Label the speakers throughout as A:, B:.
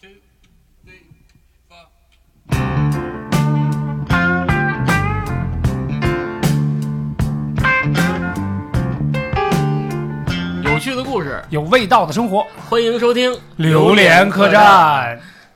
A: two, three, four. 有趣的故事，
B: 有味道的生活，
A: 欢迎收听《
B: 榴莲客栈》。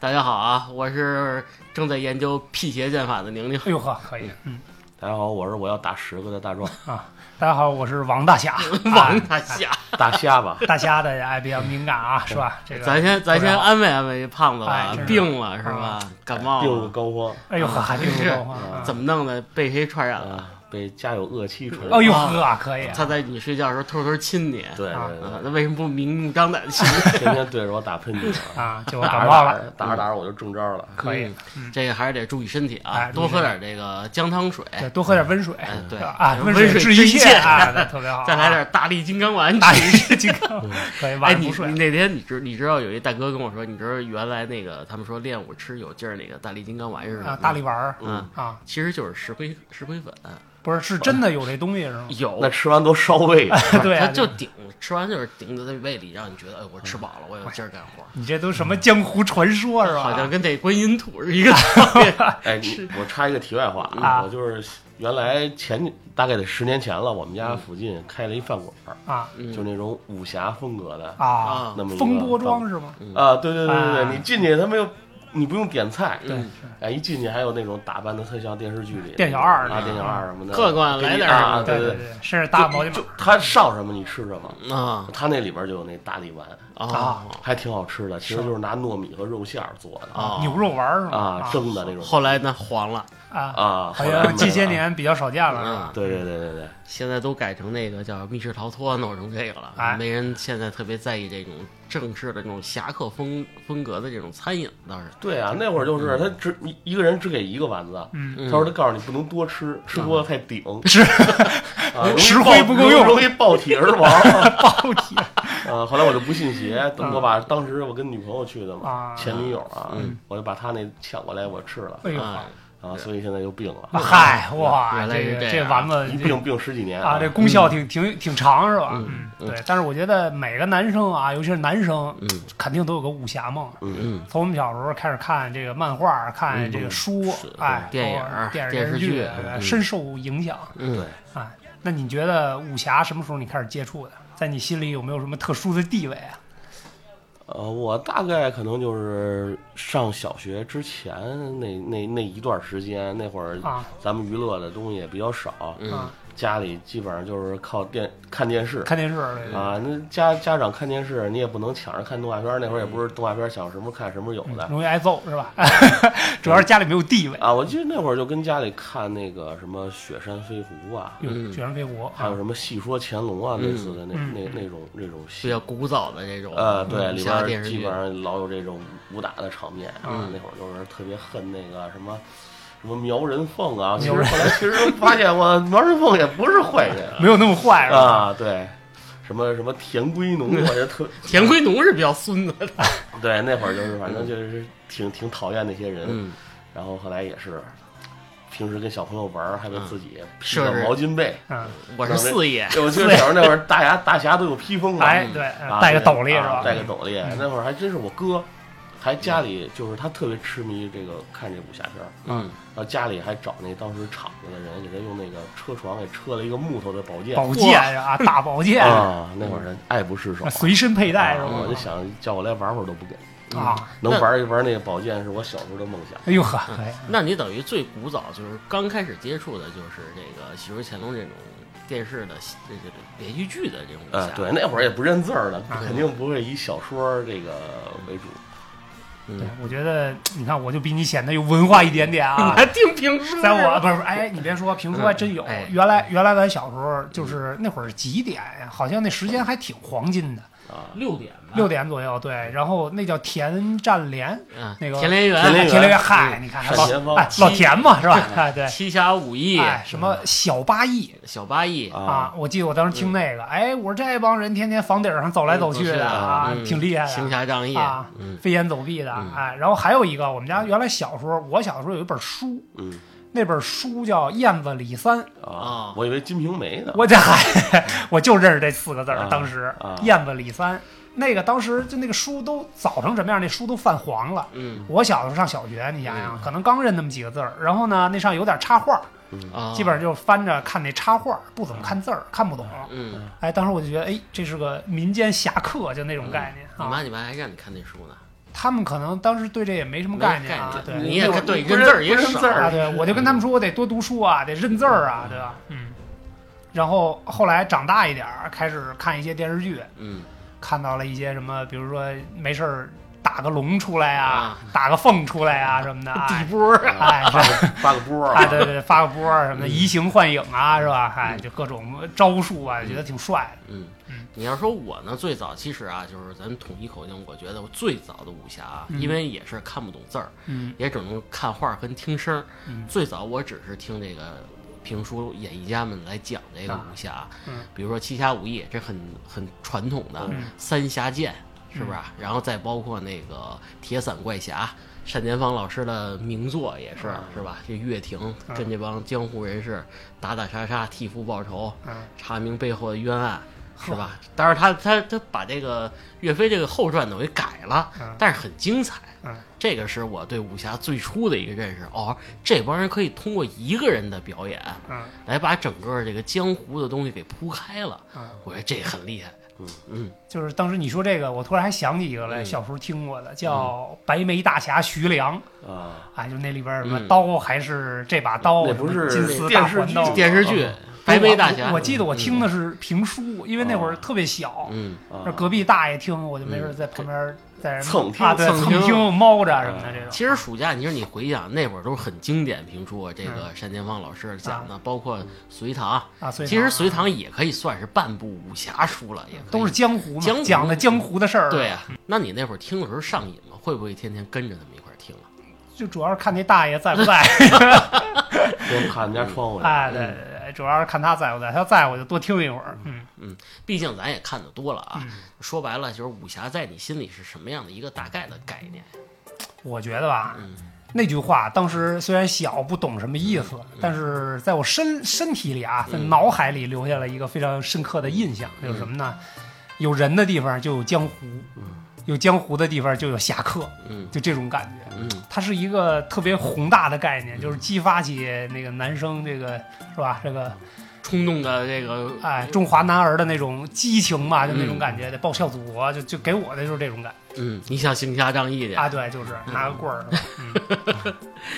A: 大家好啊，我是正在研究辟邪剑法的宁 宁。
B: 哎呦呵，可以，嗯，
C: 大家好，我是我要打十个的大壮，
B: 大家好，我是王大侠，
A: 王
B: 哎，
A: 大侠，
C: 大虾吧
B: 大侠的哎比较敏 感啊，是吧？这
A: 咱
B: 个，
A: 先咱先安慰安慰这胖子
B: 哎
A: 吧
B: 真，是
A: 病了是吧？感
B: 哦
A: 冒
C: 病入
A: 了，
C: 膏肓，
B: 哎呦呵，还真不
A: 是
B: 够啊。
A: 怎么弄的？被谁传染了？
C: 啊，被家有恶气传染。
B: 哎呦
A: 啊
B: 呵，可以，
A: 他在你睡觉的时候偷偷亲你，
C: 对
B: 啊
C: 对
A: 啊，那为什么不明目张胆的 亲？
C: 对，天天对着我打喷嚏，
B: 啊，就我
C: 打
B: 感
C: 着
B: 冒
C: 打
B: 了，
C: 着打着打着我就中招了。
B: 可以，
A: 这个还是得注意身体啊，
B: 哎
A: 多喝点这个姜汤水，
B: 对，多喝点温水，
A: 哎对
B: 啊，温
A: 温水治
B: 治
A: 一
B: 一切
A: 切
B: 啊，那特别好 啊。
A: 再来点大力金刚丸。
B: 大力 金刚，可以，晚
A: 哎，
B: 上
A: 你
B: 不
A: 你
B: 睡。
A: 那天你知你知道有一大哥跟我说，你知道原来那个他们说练武吃有劲儿那个大力金刚丸是什么
B: 啊
A: 吗？，
B: 大力丸儿
A: 嗯，
B: 啊，
A: 其实就是石灰石灰粉，
B: 不是，是真的有这东西是吗？
A: 有
C: 那吃完都烧 胃，
B: 对
A: 它
B: 啊，
A: 哎就顶吃完就是顶在胃里，让你觉得哎我吃饱了，我有劲儿干活，
B: 你这都什么江湖传说是吧？
A: 好像跟那观音土是一个道理。
C: 哎，你我插一个题外话嗯
B: 啊
C: 我就是原来前大概得十年前了，我们
B: 嗯
C: 家附近开了一饭馆，
B: 啊
C: 就那种武侠风格的
B: 啊，
A: 啊
C: 那么一个
B: 风波
C: 饭
B: 庄是吗？
C: 馆啊，对对对对
B: 啊
C: 对，你进去他没有，你不用点菜，
A: 对
B: 是
C: 哎，一进去还有那种打扮的特像电视剧里
B: 店小二那
C: 啊，
B: 种
C: 店小二什么的，
A: 客官
C: 给你
A: 来点儿
C: 啊，
B: 对
C: 对
B: 对，身上大毛巾
C: 就他上什么你吃什么，
A: 啊
C: 他那里边就有那大力丸，
A: 啊
B: 啊！
C: 还挺好吃的，其实就是拿糯米和肉馅儿做的
A: 啊！
B: 牛肉丸儿是吗？
C: 啊，蒸的那种
A: 后来呢黄了，
B: 啊
C: 啊，
B: 好
C: 后来没
B: 像
C: 了
B: 近些，年比较少见了，是吧？
A: 嗯，
C: 对对对对对，
A: 现在都改成那个叫密室逃脱，弄成这个了，
B: 哎
A: 没人现在特别在意这种正式的这种侠客风风格的这种餐饮倒是。
C: 对啊，那会儿就是他只一一个人只给一个丸子，
B: 嗯
C: 他说他告诉你不能多吃，吃多了太顶，
B: 是
C: 啊，容易
B: 吃
C: 爆
B: 灰不够用
C: 容易爆体而亡。
B: 爆体
C: 啊，后来我就不信邪，等我把当时我跟女朋友去的
B: 啊
C: 嘛，前女友啊，我就把她那抢过来我吃了
B: 哎呦，
A: 哎
C: 啊，所以现在又病了，
B: 嗨哇，
A: 嗯原来
B: 这
A: 是
B: 个
A: 这
B: 这
A: 样啊嗯
B: 丸子
C: 一病病十几年
B: 啊，这功效挺挺挺长是吧？嗯，
A: 嗯
B: 对。但是我觉得每个男生啊，尤其是男生，肯定都有个武侠梦。
C: 嗯
B: 从我们小时候开始看这个漫画，看这个书，哎，
A: 嗯电影
B: 包括电
A: 电视
B: 视
A: 剧
B: 呃
A: 嗯
B: 深受影响。
A: 嗯
C: 对，
B: 哎，那你觉得武侠什么时候你开始接触的？在你心里有没有什么特殊的地位啊？
C: 呃，我大概可能就是上小学之前那那那一段时间，那会儿
B: 啊
C: 咱们娱乐的东西也比较少，
B: 嗯，
C: 家里基本上就是靠电看电视
B: 看电视这个
C: 啊。那家家长看电视，你也不能抢着看动画片儿，那会儿也不是动画片儿想什么时候看什么时候有的
B: 容易挨揍是 吧？主要是家里没有地位。
C: 啊。我记得那会儿就跟家里看那个什么《雪山飞狐》啊，
B: 有《雪山飞狐》
C: 还有什么《戏说乾隆》啊，类似的那那那种那种
A: 比
C: 戏
A: 较。古早的这种
C: 呃，对，里边
A: 侠
C: 儿
A: 嗯电视
C: 基
A: 剧嗯
C: 本上老有这种武打的场面啊。那会儿就是特别恨那个什么什么苗人凤啊。其
B: 苗
C: 实
B: 人
C: 后来其实发现我 苗人凤也不是坏人
B: 没有那么
A: 嗯
B: 坏是吧？
C: 啊，对。什么什么田归农，我就特
A: 田归农是比较孙子的。
C: 对那会儿就是反正就是挺挺讨厌那些人，
A: 嗯，
C: 然后后来也是，平时跟小朋友玩儿，还给
A: 嗯
C: 自己披
A: 设
C: 个
A: 置
C: 毛巾 被，
B: 嗯，
A: 我是四爷，
C: 我记得小时候那会儿大侠大侠都有披风嘛，
B: 哎，对，
C: 啊
B: 戴个斗笠是吧
C: 啊？戴个斗笠，
B: 嗯
C: 那会儿还真是我哥，还家里就是他特别痴迷这个看这武侠片儿，
A: 嗯，
C: 然后家里还找那当时厂子的人给他用那个车床给车了一个木头的宝剑，
B: 宝剑是吧？大宝剑，
C: 啊，那会儿人爱不释手
B: 啊，随身佩戴是
C: 啊我就
B: 吧？
C: 想叫我来玩会儿都不给，
B: 啊，
C: 能玩一玩那个宝剑是我小时候的梦想。
B: 哎呦呵，可
C: 嗯
B: 以
A: 那你等于最古早就是刚开始接触的就是这个《喜说乾隆》这种电视的这这这连续剧的这种武
C: 呃
B: 啊
A: 侠，，
C: 对，那会儿也不认字儿的，肯定不会以小说这个为主。嗯
B: 对，哎我觉得你看，我就比你显得有文化一点点
A: 你
B: 啊。
A: 还听评
C: 嗯
A: 书啊？
B: 在我不是不是，哎，你别说，评书还真有
A: 嗯哎。
B: 原来原来咱小时候就是那会儿几点呀？好像那时间还挺黄金的，
C: 啊
A: 六点吧，
B: 六点左右。对，然后那叫田占联，
A: 啊，
B: 那个
A: 田连
C: 田
A: 元、
C: 连
B: 田连元，嗨，
A: 嗯
B: 你看还
C: 单田
B: 老
C: 芳
B: 哎老田嘛是吧？哎对，
A: 七嗯侠五义、
B: 哎什么小八义
A: 小八义，
B: 啊，我记得我当时
A: 嗯
B: 听那个，哎，我说这帮人天天房顶上走来走去的啊
A: 嗯，
B: 挺厉害的。
A: 行侠仗义嗯
B: 啊，飞檐走壁的，哎，然后还有一个，我们家原来小时候，我小时候有一本书，
C: 嗯
B: 那本书叫《燕子李三》，
A: 啊
C: 啊，我以为《金瓶梅》呢。
A: 嗯
B: 我这还我就认识这四个字儿，当时
C: 啊
B: 燕子李三，那个当时就那个书都早成什么样，那书都泛黄了。
A: 嗯
B: 我小的时候上小学，你想想，可能刚认那么几个字儿，然后呢，那上有点插画，
A: 啊，
B: 嗯基本上就翻着看那插画，不怎么看字儿，看不懂。
A: 嗯，
B: 哎，当时我就觉得，哎，这是个民间侠客，就那
A: 嗯
B: 种概念
A: 你
B: 啊。
A: 妈你爸还让你看那书呢，
B: 他们可能当时对这也没什么概念啊
A: 没，
B: 对，
A: 你也看对
C: 不
A: 认
C: 认
A: 字儿也
C: 不认
A: 少
C: 字儿
B: 啊，对，我就跟他们说，我得多读书啊，得认字儿啊，对吧？嗯。然后后来长大一点儿，开始看一些电视剧，
A: 嗯
B: 看到了一些什么，比如说没事儿打个龙出来
A: 啊
B: 啊，打个凤出来啊什么的，哎
A: 底波儿
B: 哎，是
C: 发个波儿
B: 啊，
C: 啊，
B: 对对，发个波儿什么的，移形换影啊，是吧？哎，就各种招数啊，觉得挺帅的。
A: 嗯
B: 嗯，
A: 你要说我呢，最早其实啊，就是咱们统一口径，我觉得我最早的武侠啊，
B: 嗯
A: 因为也是看不懂字儿，
B: 嗯
A: 也只能看画儿跟听声儿。
B: 嗯
A: 最早我只是听这个评书演艺家们来讲这个武侠，啊
B: 嗯
A: 比如说七侠五义，这很很传统的、
B: 嗯
A: 三侠剑，是不是啊？然后再包括那个铁伞怪侠。单田芳老师的名作也是，是吧？这岳亭
B: 嗯
A: 跟这帮江湖人士打打杀杀、替父报仇，
B: 嗯
A: 查明背后的冤案，是吧？当然他，他他把这个岳飞这个后传等于改了，
B: 嗯
A: 但是很精彩。
B: 嗯
A: 这个是我对武侠最初的一个认识。哦，这帮人可以通过一个人的表演
B: 嗯
A: 来把整个这个江湖的东西给铺开了，
B: 嗯，
A: 我觉得这很厉害。嗯嗯
B: 就是当时你说这个，我突然还想起一个来，
A: 嗯
B: 小时候听过的，叫《白眉大侠徐良》
C: 啊，
B: 啊，就那里边儿什么
A: 嗯
B: 刀还是这把刀，
C: 那不
B: 什么
C: 是
B: 金丝
C: 电
B: 大
C: 视
B: 环
C: 剧
B: 刀。
C: 吗
A: 电视剧《白眉大侠》
B: 哦我我记得我听的是评书，因为那会儿
C: 哦
B: 特别小，
A: 嗯，
C: 啊
B: 那隔壁大爷听，我就没事儿在旁边儿在那
C: 蹭听
B: 啊，对，
A: 蹭听啊
B: 蹭听猫着什么的这种。
A: 其实暑假，你说你回想那会儿都是很经典评书啊，这个
B: 嗯
A: 单田芳老师讲的，包括《隋唐》
B: 啊隋唐
A: 其实《隋唐》也可以算是半部武侠书了，也可以
B: 都是江湖嘛
A: 江湖，
B: 讲的江湖的事儿。
A: 对啊。那你那会儿听的时候上瘾吗？会不会天天跟着他们一块儿听啊？
B: 就主要是看那大爷在 不在。
C: 先看人家窗户去。
B: 哎，
A: 嗯
B: 对对对，主要是看他在不在，他要在我就多听一会儿。嗯
A: 毕竟咱也看得多了啊。说白了，就是武侠在你心里是什么样的一个大概的概念？
B: 我觉得吧，
A: 嗯
B: 那句话当时虽然小不懂什么意
A: 嗯
B: 思，但是在我身身体里啊，在脑海里留下了一个非常深刻的印象，就是什么呢？有人的地方就有江湖，有江湖的地方就有侠客，
A: 嗯
B: 就这种感觉。
A: 嗯
B: 它是一个特别宏大的概念，就是激发起那个男生这个是吧？这个
A: 冲动的这个
B: 哎，中华男儿的那种激情嘛，就那种感觉，得报效祖国，就就给我的就是这种感觉
A: 嗯，你想行侠仗义的，
B: 啊，对，就是拿 个棍儿，嗯，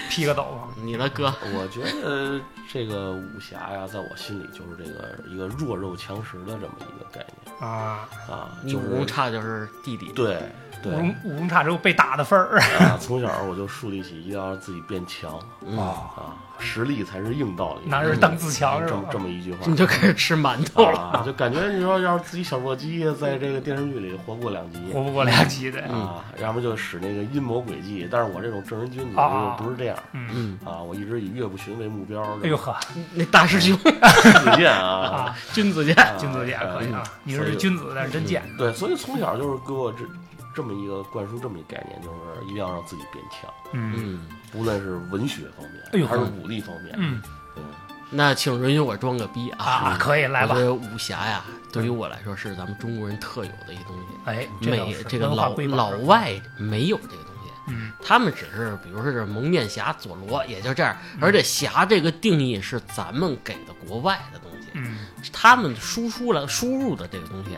B: 披个斗啊篷，
A: 你的哥，
C: 我觉得这个武侠呀，在我心里就是这个一个弱肉强食的这么一个概念
B: 啊，
C: 啊，
A: 你
C: 就
A: 武功
C: 是
A: 差就是弟弟。
C: 对
B: 武
C: 对
B: 功武功差只有被打的份儿
C: 啊，从小我就树立起一定要让自己变强
A: 嗯，
C: 啊，实力才是硬道理，嗯
B: 男人当自强是
C: 这么
B: 吧
C: 这？么一句话
A: 你。就开始吃馒头了。
C: 啊，就感觉你说要是自己小弱鸡，在这个电视剧里活过两集
B: 活不过两集的，
A: 嗯
C: 啊，要么就使那个阴谋诡计，但是我这种正人君子
B: 啊
C: 就不是这样
B: 嗯，
A: 嗯，
C: 啊，我一直以岳不群为目标，
B: 哎呦呵
A: 那大师兄，
C: 子健啊，
B: 啊，
A: 君子剑，
C: 啊
B: 君子剑可以
A: 嗯哎
B: 啊，你是君子，但是真贱，
C: 对，所以从小就是给我这这么一个灌输这么一个概念，就是一定要让自己变强，
B: 嗯
A: 嗯，
C: 无论是文学方
B: 哎呦
C: 面还是武力方面。
B: 嗯
C: 对，
A: 那请允许我装个逼啊！
B: 啊，可以来吧
A: 我觉，得武侠呀，对于我来说是咱们中国人特有的一东西，
B: 哎，倒
A: 美
B: 是
A: 这个
B: 文化
A: 老
B: 瑰宝
A: 老外没有这个东西。
B: 嗯，
A: 他们只是，比如说这蒙面侠、佐罗，也就这样。
B: 嗯
A: 而且侠这个定义是咱们给的国外的东西，
B: 嗯
A: 他们输出了输入的这个东西，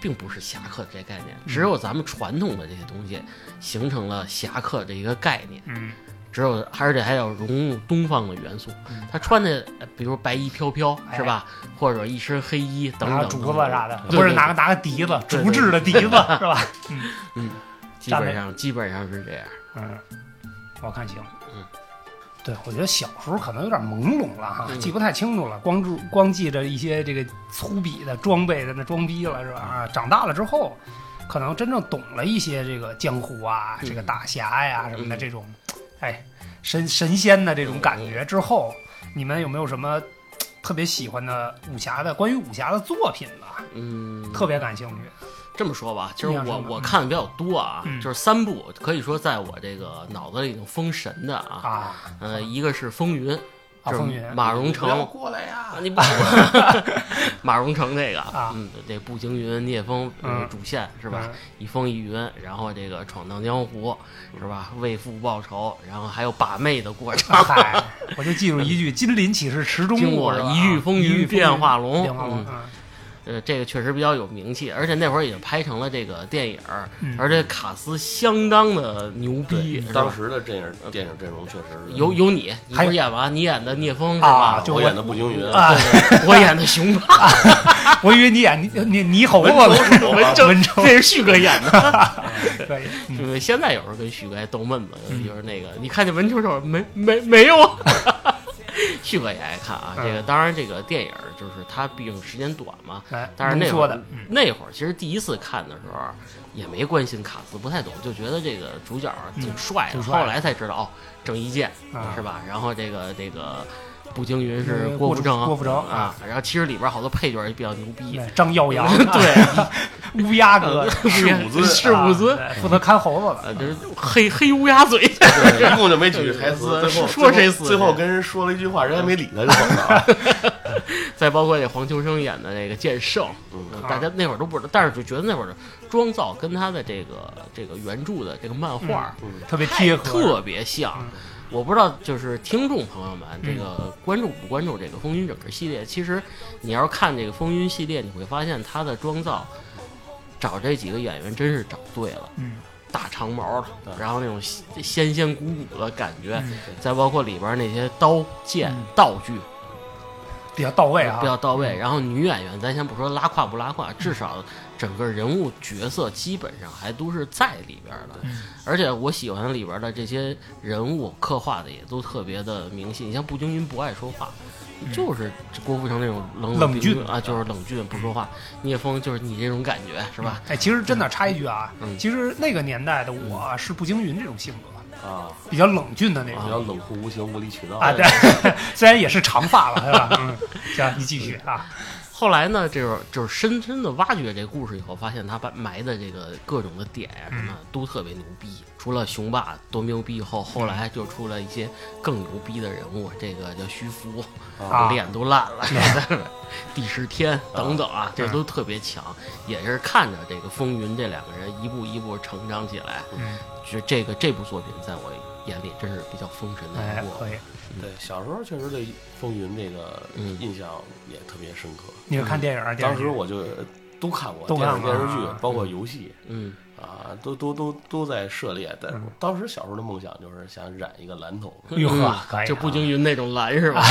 A: 并不是侠客这概
B: 嗯
A: 念。只有咱们传统的这些东西，形成了侠客这一个概念。
B: 嗯
A: 只有而且还要融入东方的元素。他穿的，呃比如白衣飘飘
B: 嗯哎
A: 是吧？或者一身黑衣等
B: 拿
A: 等
B: 个
A: 等
B: 竹
A: 等，
B: 子啥的，
A: 对
B: 不是
A: 对
B: 拿个拿个笛子，
A: 对对
B: 竹制的笛子是吧？
A: 基本上基本上是这样。
B: 嗯，我看行。
A: 嗯，
B: 对，我觉得小时候可能有点朦胧了哈，
A: 嗯
B: 记不太清楚了，光注光记着一些这个粗鄙的装备在那装逼了是吧？啊，长大了之后，可能真正懂了一些这个江湖啊，
A: 嗯
B: 这个大侠呀什么的
A: 嗯
B: 这种，哎，神神仙的这种感觉之后，你们有没有什么？特别喜欢的武侠的，关于武侠的作品吧，
A: 嗯，
B: 特别感兴趣。
A: 这么说吧，就是
B: 印象
A: 我
B: 深刻
A: 我
B: 嗯
A: 看的比较多啊，
B: 嗯
A: 就是三部可以说在我这个脑子里已经封神的啊。
B: 啊，
A: 呃，一个是《风云》，
B: 啊，
A: 就是
B: 风云
A: 马荣
C: 不要
A: 成，
C: 过来呀！
A: 你不马荣成这个
B: 啊
A: 嗯，这步惊云聂风呃
B: 嗯
A: 主线是吧？？一风一云，然后这个闯荡江湖是吧？为父报仇，然后还有把妹的过程
B: 嗯。嗨，我就记住一句“金鳞岂是池中
A: 经
B: 物
A: 过”，
B: 是吧
A: 啊一遇风
B: 一
A: 云变化龙
B: 变化龙
A: 嗯。
B: 嗯
A: 呃，这个确实比较有名气，而且那会儿已经拍成了这个电影儿，
B: 嗯
A: 而且卡斯相当的牛逼，是
C: 当
A: 吧？
C: 时的电影电影阵容确实是
A: 有有你，你
B: 还
A: 不
B: 有
A: 是演完你演的聂风是
B: 啊
A: 吧？
B: 就
C: 我
B: 我
C: 演的步惊云，
A: 嗯
B: 啊，
A: 我演的熊霸，
B: 我以为你演你你你吼我呢，
A: 文
B: 文
A: 这是旭哥演的。
B: 可以，嗯
A: 因为现在有时候跟旭哥还逗闷子，就是那个你看见文秋手没 没没有啊？ 旭哥也爱看啊，这个
B: 嗯
A: 当然这个电影儿就是它毕竟时间短嘛，
B: 哎，
A: 但是那会
B: 浓缩
A: 儿
B: 的，嗯
A: 那会儿其实第一次看的时候也没关心卡斯，不太懂，就觉得这个主角挺帅的。
B: 嗯挺帅的
A: 后来才知道哦，郑伊健、
B: 啊
A: 是吧？然后这个这个步惊云
B: 呃
A: 是
B: 郭
A: 福
B: 富
A: 正，
B: 郭富城哎
A: 啊。然后其实里边好多配角也比较牛逼，
B: 对张耀扬，啊
A: 对，
B: 乌鸦哥，
A: 是
C: 武尊
A: 是武尊。
B: 啊对负责看猴子的，
A: 呃，就是黑黑乌鸦嘴，
C: 对一共就没几句台词，最后
A: 说谁死
C: 最后跟人说了一句话，人还没理他就走了。啊
A: 再包括这黄秋生演的那个剑圣，
C: 嗯
A: 呃大家那会儿都不知道，但是就觉得那会儿的妆造跟他的这个这个原著的这个漫画儿
C: 嗯
B: 特别
A: 太
B: 嗯贴合，
A: 特别像
B: 嗯。
A: 我不知道，就是听众朋友们，这
B: 嗯
A: 个关注不关注这个《风云》整个系列？其实你要是看这个《风云》系列，你会发现他的妆造，找这几个演员真是找对了，
B: 嗯，
A: 大长毛的
C: 对，
A: 然后那种仙仙鼓鼓的感觉，
B: 嗯
A: 再包括里边那些刀剑
B: 嗯
A: 道具
B: 比较到位
A: 比
B: 啊，嗯
A: 较到位。然后女演员，咱先不说拉胯不拉胯，至少整个人物角色基本上还都是在里边的。
B: 嗯
A: 而且我喜欢里边的这些人物刻画的也都特别的明细。你像步惊云不爱说话，就是郭富城那种冷
B: 嗯冷
A: 冰
B: 峻嗯
A: 啊，就是冷峻不说话。聂风就是你这种感觉是吧？？
B: 哎，其实真的插一句啊
A: 嗯，
B: 其实那个年代的我是步惊云这种性格，
C: 啊，
B: 比较冷峻的那
C: 比
B: 种
C: 较冷酷无情、无理取闹
B: 啊，对， 虽然也是长发了，是吧？嗯，行，你继续啊，
A: 后来呢，就是就是深深的挖掘这故事以后，发现他把埋的这个各种的点呀、什么都特别牛逼。除了雄霸多牛逼以后，后来就出了一些更牛逼的人物，这个叫徐福，
B: 啊
A: 脸都烂了， 第十天等等啊，这都特别强，也是看着这个风云这两个人一步一步成长起来，
B: 嗯，
A: 就这个这部作品在我眼里真是比较封神的
B: 哎
A: 一，部
B: 可。以，
C: 对，小时候确实对风云这个
A: 嗯
C: 印象也特别深刻。
B: 你们看电影儿，啊电
C: 当
B: 视剧
C: 时我就都看过
B: 都
C: 电
B: 看
C: 视
B: 过
C: 电视剧
B: 啊，
C: 包括游戏
A: 嗯，
C: 啊，都都都都在涉猎。但
B: 嗯
C: 当时小时候的梦想就是想染一个蓝 头发，
B: 哟呵
A: 嗯
B: 可以
A: 就
B: 啊
A: 步惊云那种蓝是吧？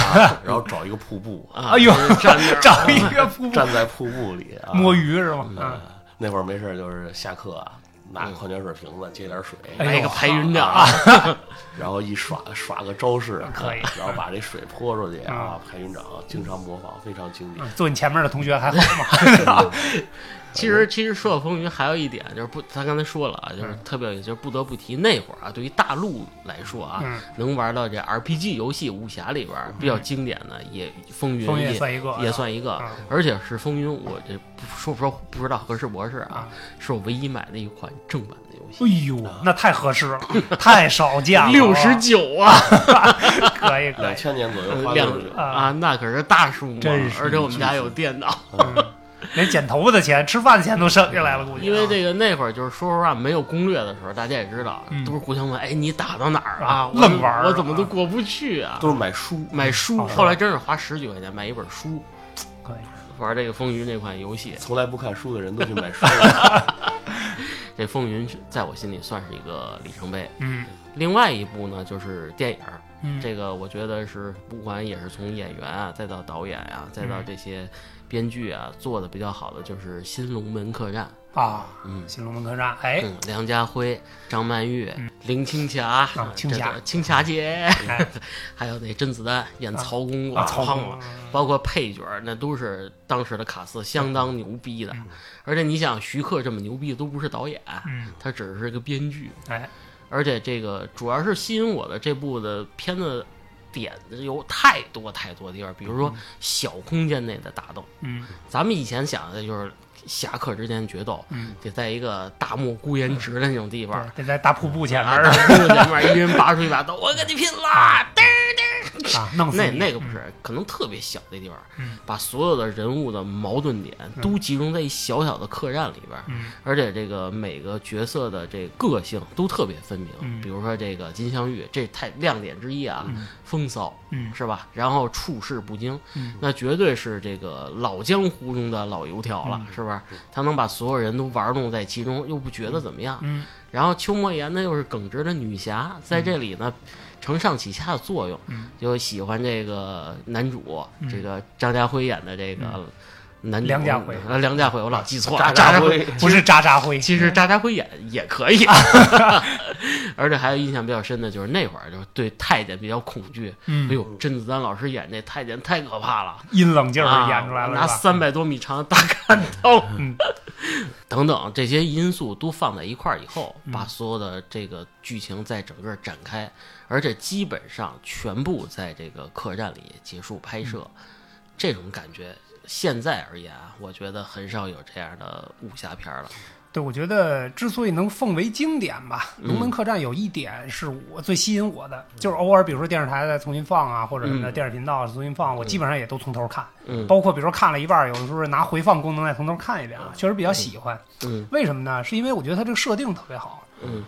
C: 然后找一个瀑布，
A: 啊
B: 哎呦
A: 站那儿
B: 找一个瀑布
C: 站在瀑布里啊
B: 摸。鱼是吗？
C: 啊
B: 嗯，
C: 那会儿没事儿就是下课啊，拿矿泉水瓶子接点水，
B: 哎呦
A: 嗯来一个排云掌
C: 啊， 然后一耍耍个招式，
B: 可以
C: 然后把这水泼出去啊，排云掌经常模仿，非常经典。
B: 嗯坐你前面的同学还好吗？
A: 其实，其实说到风云，还有一点就是不，他刚才说了啊，
B: 嗯
A: 就是特别有意思，就是不得不提那会儿啊，对于大陆来说啊，
B: 嗯
A: 能玩到这 RPG 游戏武侠里边儿比较经典的，也风云
B: 风云
A: 也
B: 也算一个
A: 也算一个，
B: 嗯
A: 而且是风云，我这不说不说不知道合适不合适啊
B: 啊，
A: 是我唯一买的一款正版的游戏，
B: 哎呦，那太合适了，太少见了，
A: 六十九啊，
B: 可以可
C: 两
B: 以，
C: 千年左右，花
A: 两
C: 六十九
B: 啊
A: 啊，那可是大数目啊
B: 真，是
A: 而且我们家有电脑，
B: 嗯连剪头发的钱、吃饭的钱都省下来了，估计啊
A: 因为这个那会儿就是说实话没有攻略的时候，大家也知道，
B: 嗯
A: 都是互相问，哎，你打到哪儿啊？
B: 啊
A: 我
B: 愣玩儿
A: 我怎么
B: 啊
A: 都过不去啊？
C: 都是买书，
A: 买书，
B: 啊
A: 后来真是花十几块钱买一本书，
B: 可以，
A: 玩这个《风云》这款游戏。
C: 从来不看书的人都去买书了。
A: 这《风云》在我心里算是一个里程碑。
B: 嗯
A: 另外一部呢，就是电影儿，
B: 嗯，
A: 这个我觉得是不管也是从演员啊，再到导演啊，再
B: 嗯
A: 到这些编剧啊，做的比较好的就是《新龙门客栈》。
B: 啊，
A: 嗯
B: 新龙门客栈，哎，嗯
A: 嗯，梁家辉、张曼玉、林青霞
B: 啊青
A: 这
B: 霞
A: 个青霞姐，
B: 哎
A: 还有那甄子丹演曹公公，
B: 啊曹
A: 胖
B: 公
A: 了
B: 公
A: 包括配角儿，那都是当时的卡斯相当牛逼的。而且你想，徐克这么牛逼都不是导演，
B: 嗯，
A: 他只是个编剧。
B: 哎，
A: 而且这个主要是吸引我的这部的片子点有太多太多地方，比如说小空间内的打斗。
B: 嗯
A: 咱们以前想的就是侠客之间决斗，
B: 嗯，
A: 得在一个大漠孤烟直的那种地方。
B: 对得在大瀑布前面
A: 啊，
B: 儿，
A: 大瀑布前面一人拔出一把刀，我跟你拼了！嘚儿嘚儿，
B: 啊，弄死
A: 那
B: 你
A: 那个不是，可能特别小的地方，
B: 嗯
A: 把所有的人物的矛盾点都集中在一小小的客栈里边儿，
B: 嗯
A: 而且这个每个角色的这个性都特别分明。
B: 嗯
A: 比如说这个金镶玉，这太亮点之一啊，风骚
B: 嗯
A: 是吧？然后处事不惊，
B: 嗯
A: 那绝对是这个老江湖中的老油条
B: 嗯
A: 了，是吧？他能把所有人都玩弄在其中，又不觉得怎么样。
B: 嗯
A: 然后邱莫言呢又是耿直的女侠，在这里呢承上启下的作用，
B: 嗯
A: 就喜欢这个男主，
B: 嗯
A: 这个张家辉演的这个男主
B: 梁家辉
A: 呃，梁家辉我老记错
C: 渣
A: 了，
C: 渣
A: 渣
C: 辉，
B: 不是渣渣辉，
A: 其实渣渣辉演也可 以，而且还有印象比较深的就是那会儿就是对太监比较恐惧，
B: 嗯
A: 哎呦，甄子丹老师演这太监太可怕了，
B: 阴冷劲儿
A: 啊
B: 演出来了，
A: 拿
B: 是吧？
A: 三百多米长的大砍刀，
B: 嗯
A: 等等这些因素都放在一块儿以后，
B: 嗯
A: 把所有的这个剧情在整个展开，而且基本上全部在这个客栈里结束拍摄，
B: 嗯
A: 这种感觉。现在而言啊，我觉得很少有这样的武侠片儿了。
B: 对，我觉得之所以能奉为经典吧，《龙门
A: 嗯
B: 客栈》有一点是我最吸引我的，就是偶尔比如说电视台再重新放啊，或者什么的
A: 嗯
B: 电视频道重新放，我基本上也都从头看，
A: 嗯
B: 包括比如说看了一半儿，有的时候拿回放功能再从头看一遍啊，确实比较喜欢。
A: 嗯
B: 为什么呢？是因为我觉得它这个设定特别好。
A: 嗯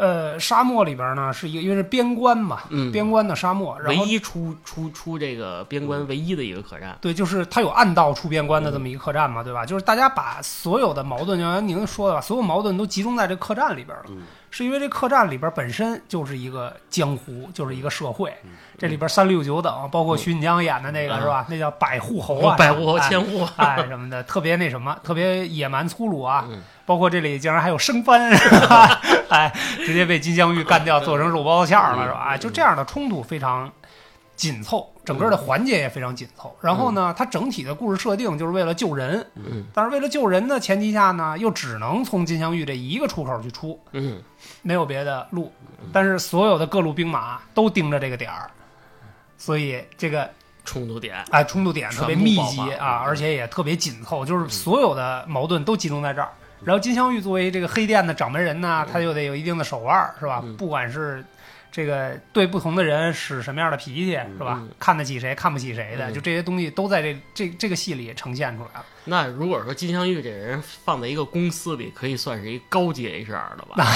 B: 呃，沙漠里边呢是一个，因为是边关嘛，
A: 嗯，
B: 边关的沙漠，然
A: 唯
B: 后嗯
A: 一出出出这个边关唯一的一个客栈。
B: 对，就是它有暗道出边关的这么一个客栈嘛，对吧？就是大家把所有的矛盾，就像您说的吧，所有矛盾都集中在这客栈里边了，
C: 嗯
B: 是因为这客栈里边本身就是一个江湖，就是一个社会，这里边三六九等，包括徐锦江演的那
A: 嗯
B: 个、
A: 哦
B: 是吧？那叫百户侯啊，
A: 百户侯、
B: 哎
A: 千户，
B: 哎什 么的，特别那什么，特别野蛮粗鲁啊。
A: 嗯
B: 包括这里竟然还有生番， 哎，直接被金镶玉干掉，做成肉包子馅儿
A: 嗯
B: 了，是吧？哎就这样的冲突非常紧凑，整个
A: 嗯
B: 的环节也非常紧凑。然后呢，它整体的故事设定就是为了救人，
A: 嗯
B: 但是为了救人的前提下呢，又只能从金镶玉这一个出口去出，
A: 嗯
B: 没有别的路。但是所有的各路兵马都盯着这个点儿，所以这个
A: 冲突点。
B: 哎，冲突点特别
A: 全部
B: 密
A: 爆
B: 集
A: 发
B: 啊，
A: 嗯
B: 而且也特别紧凑，就是所有的矛盾都集中在这儿。然后金镶玉作为这个黑店的掌门人呢，他又得有一定的手腕儿，是吧？
A: 嗯
B: 不管是这个对不同的人使什么样的脾气，是吧
A: 嗯？
B: 看得起谁，看不起谁的，
A: 嗯
B: 就这些东西都在这这这个戏里呈现出来了。
A: 那如果说金镶玉这人放在一个公司里，可以算是一高级 HR 了吧？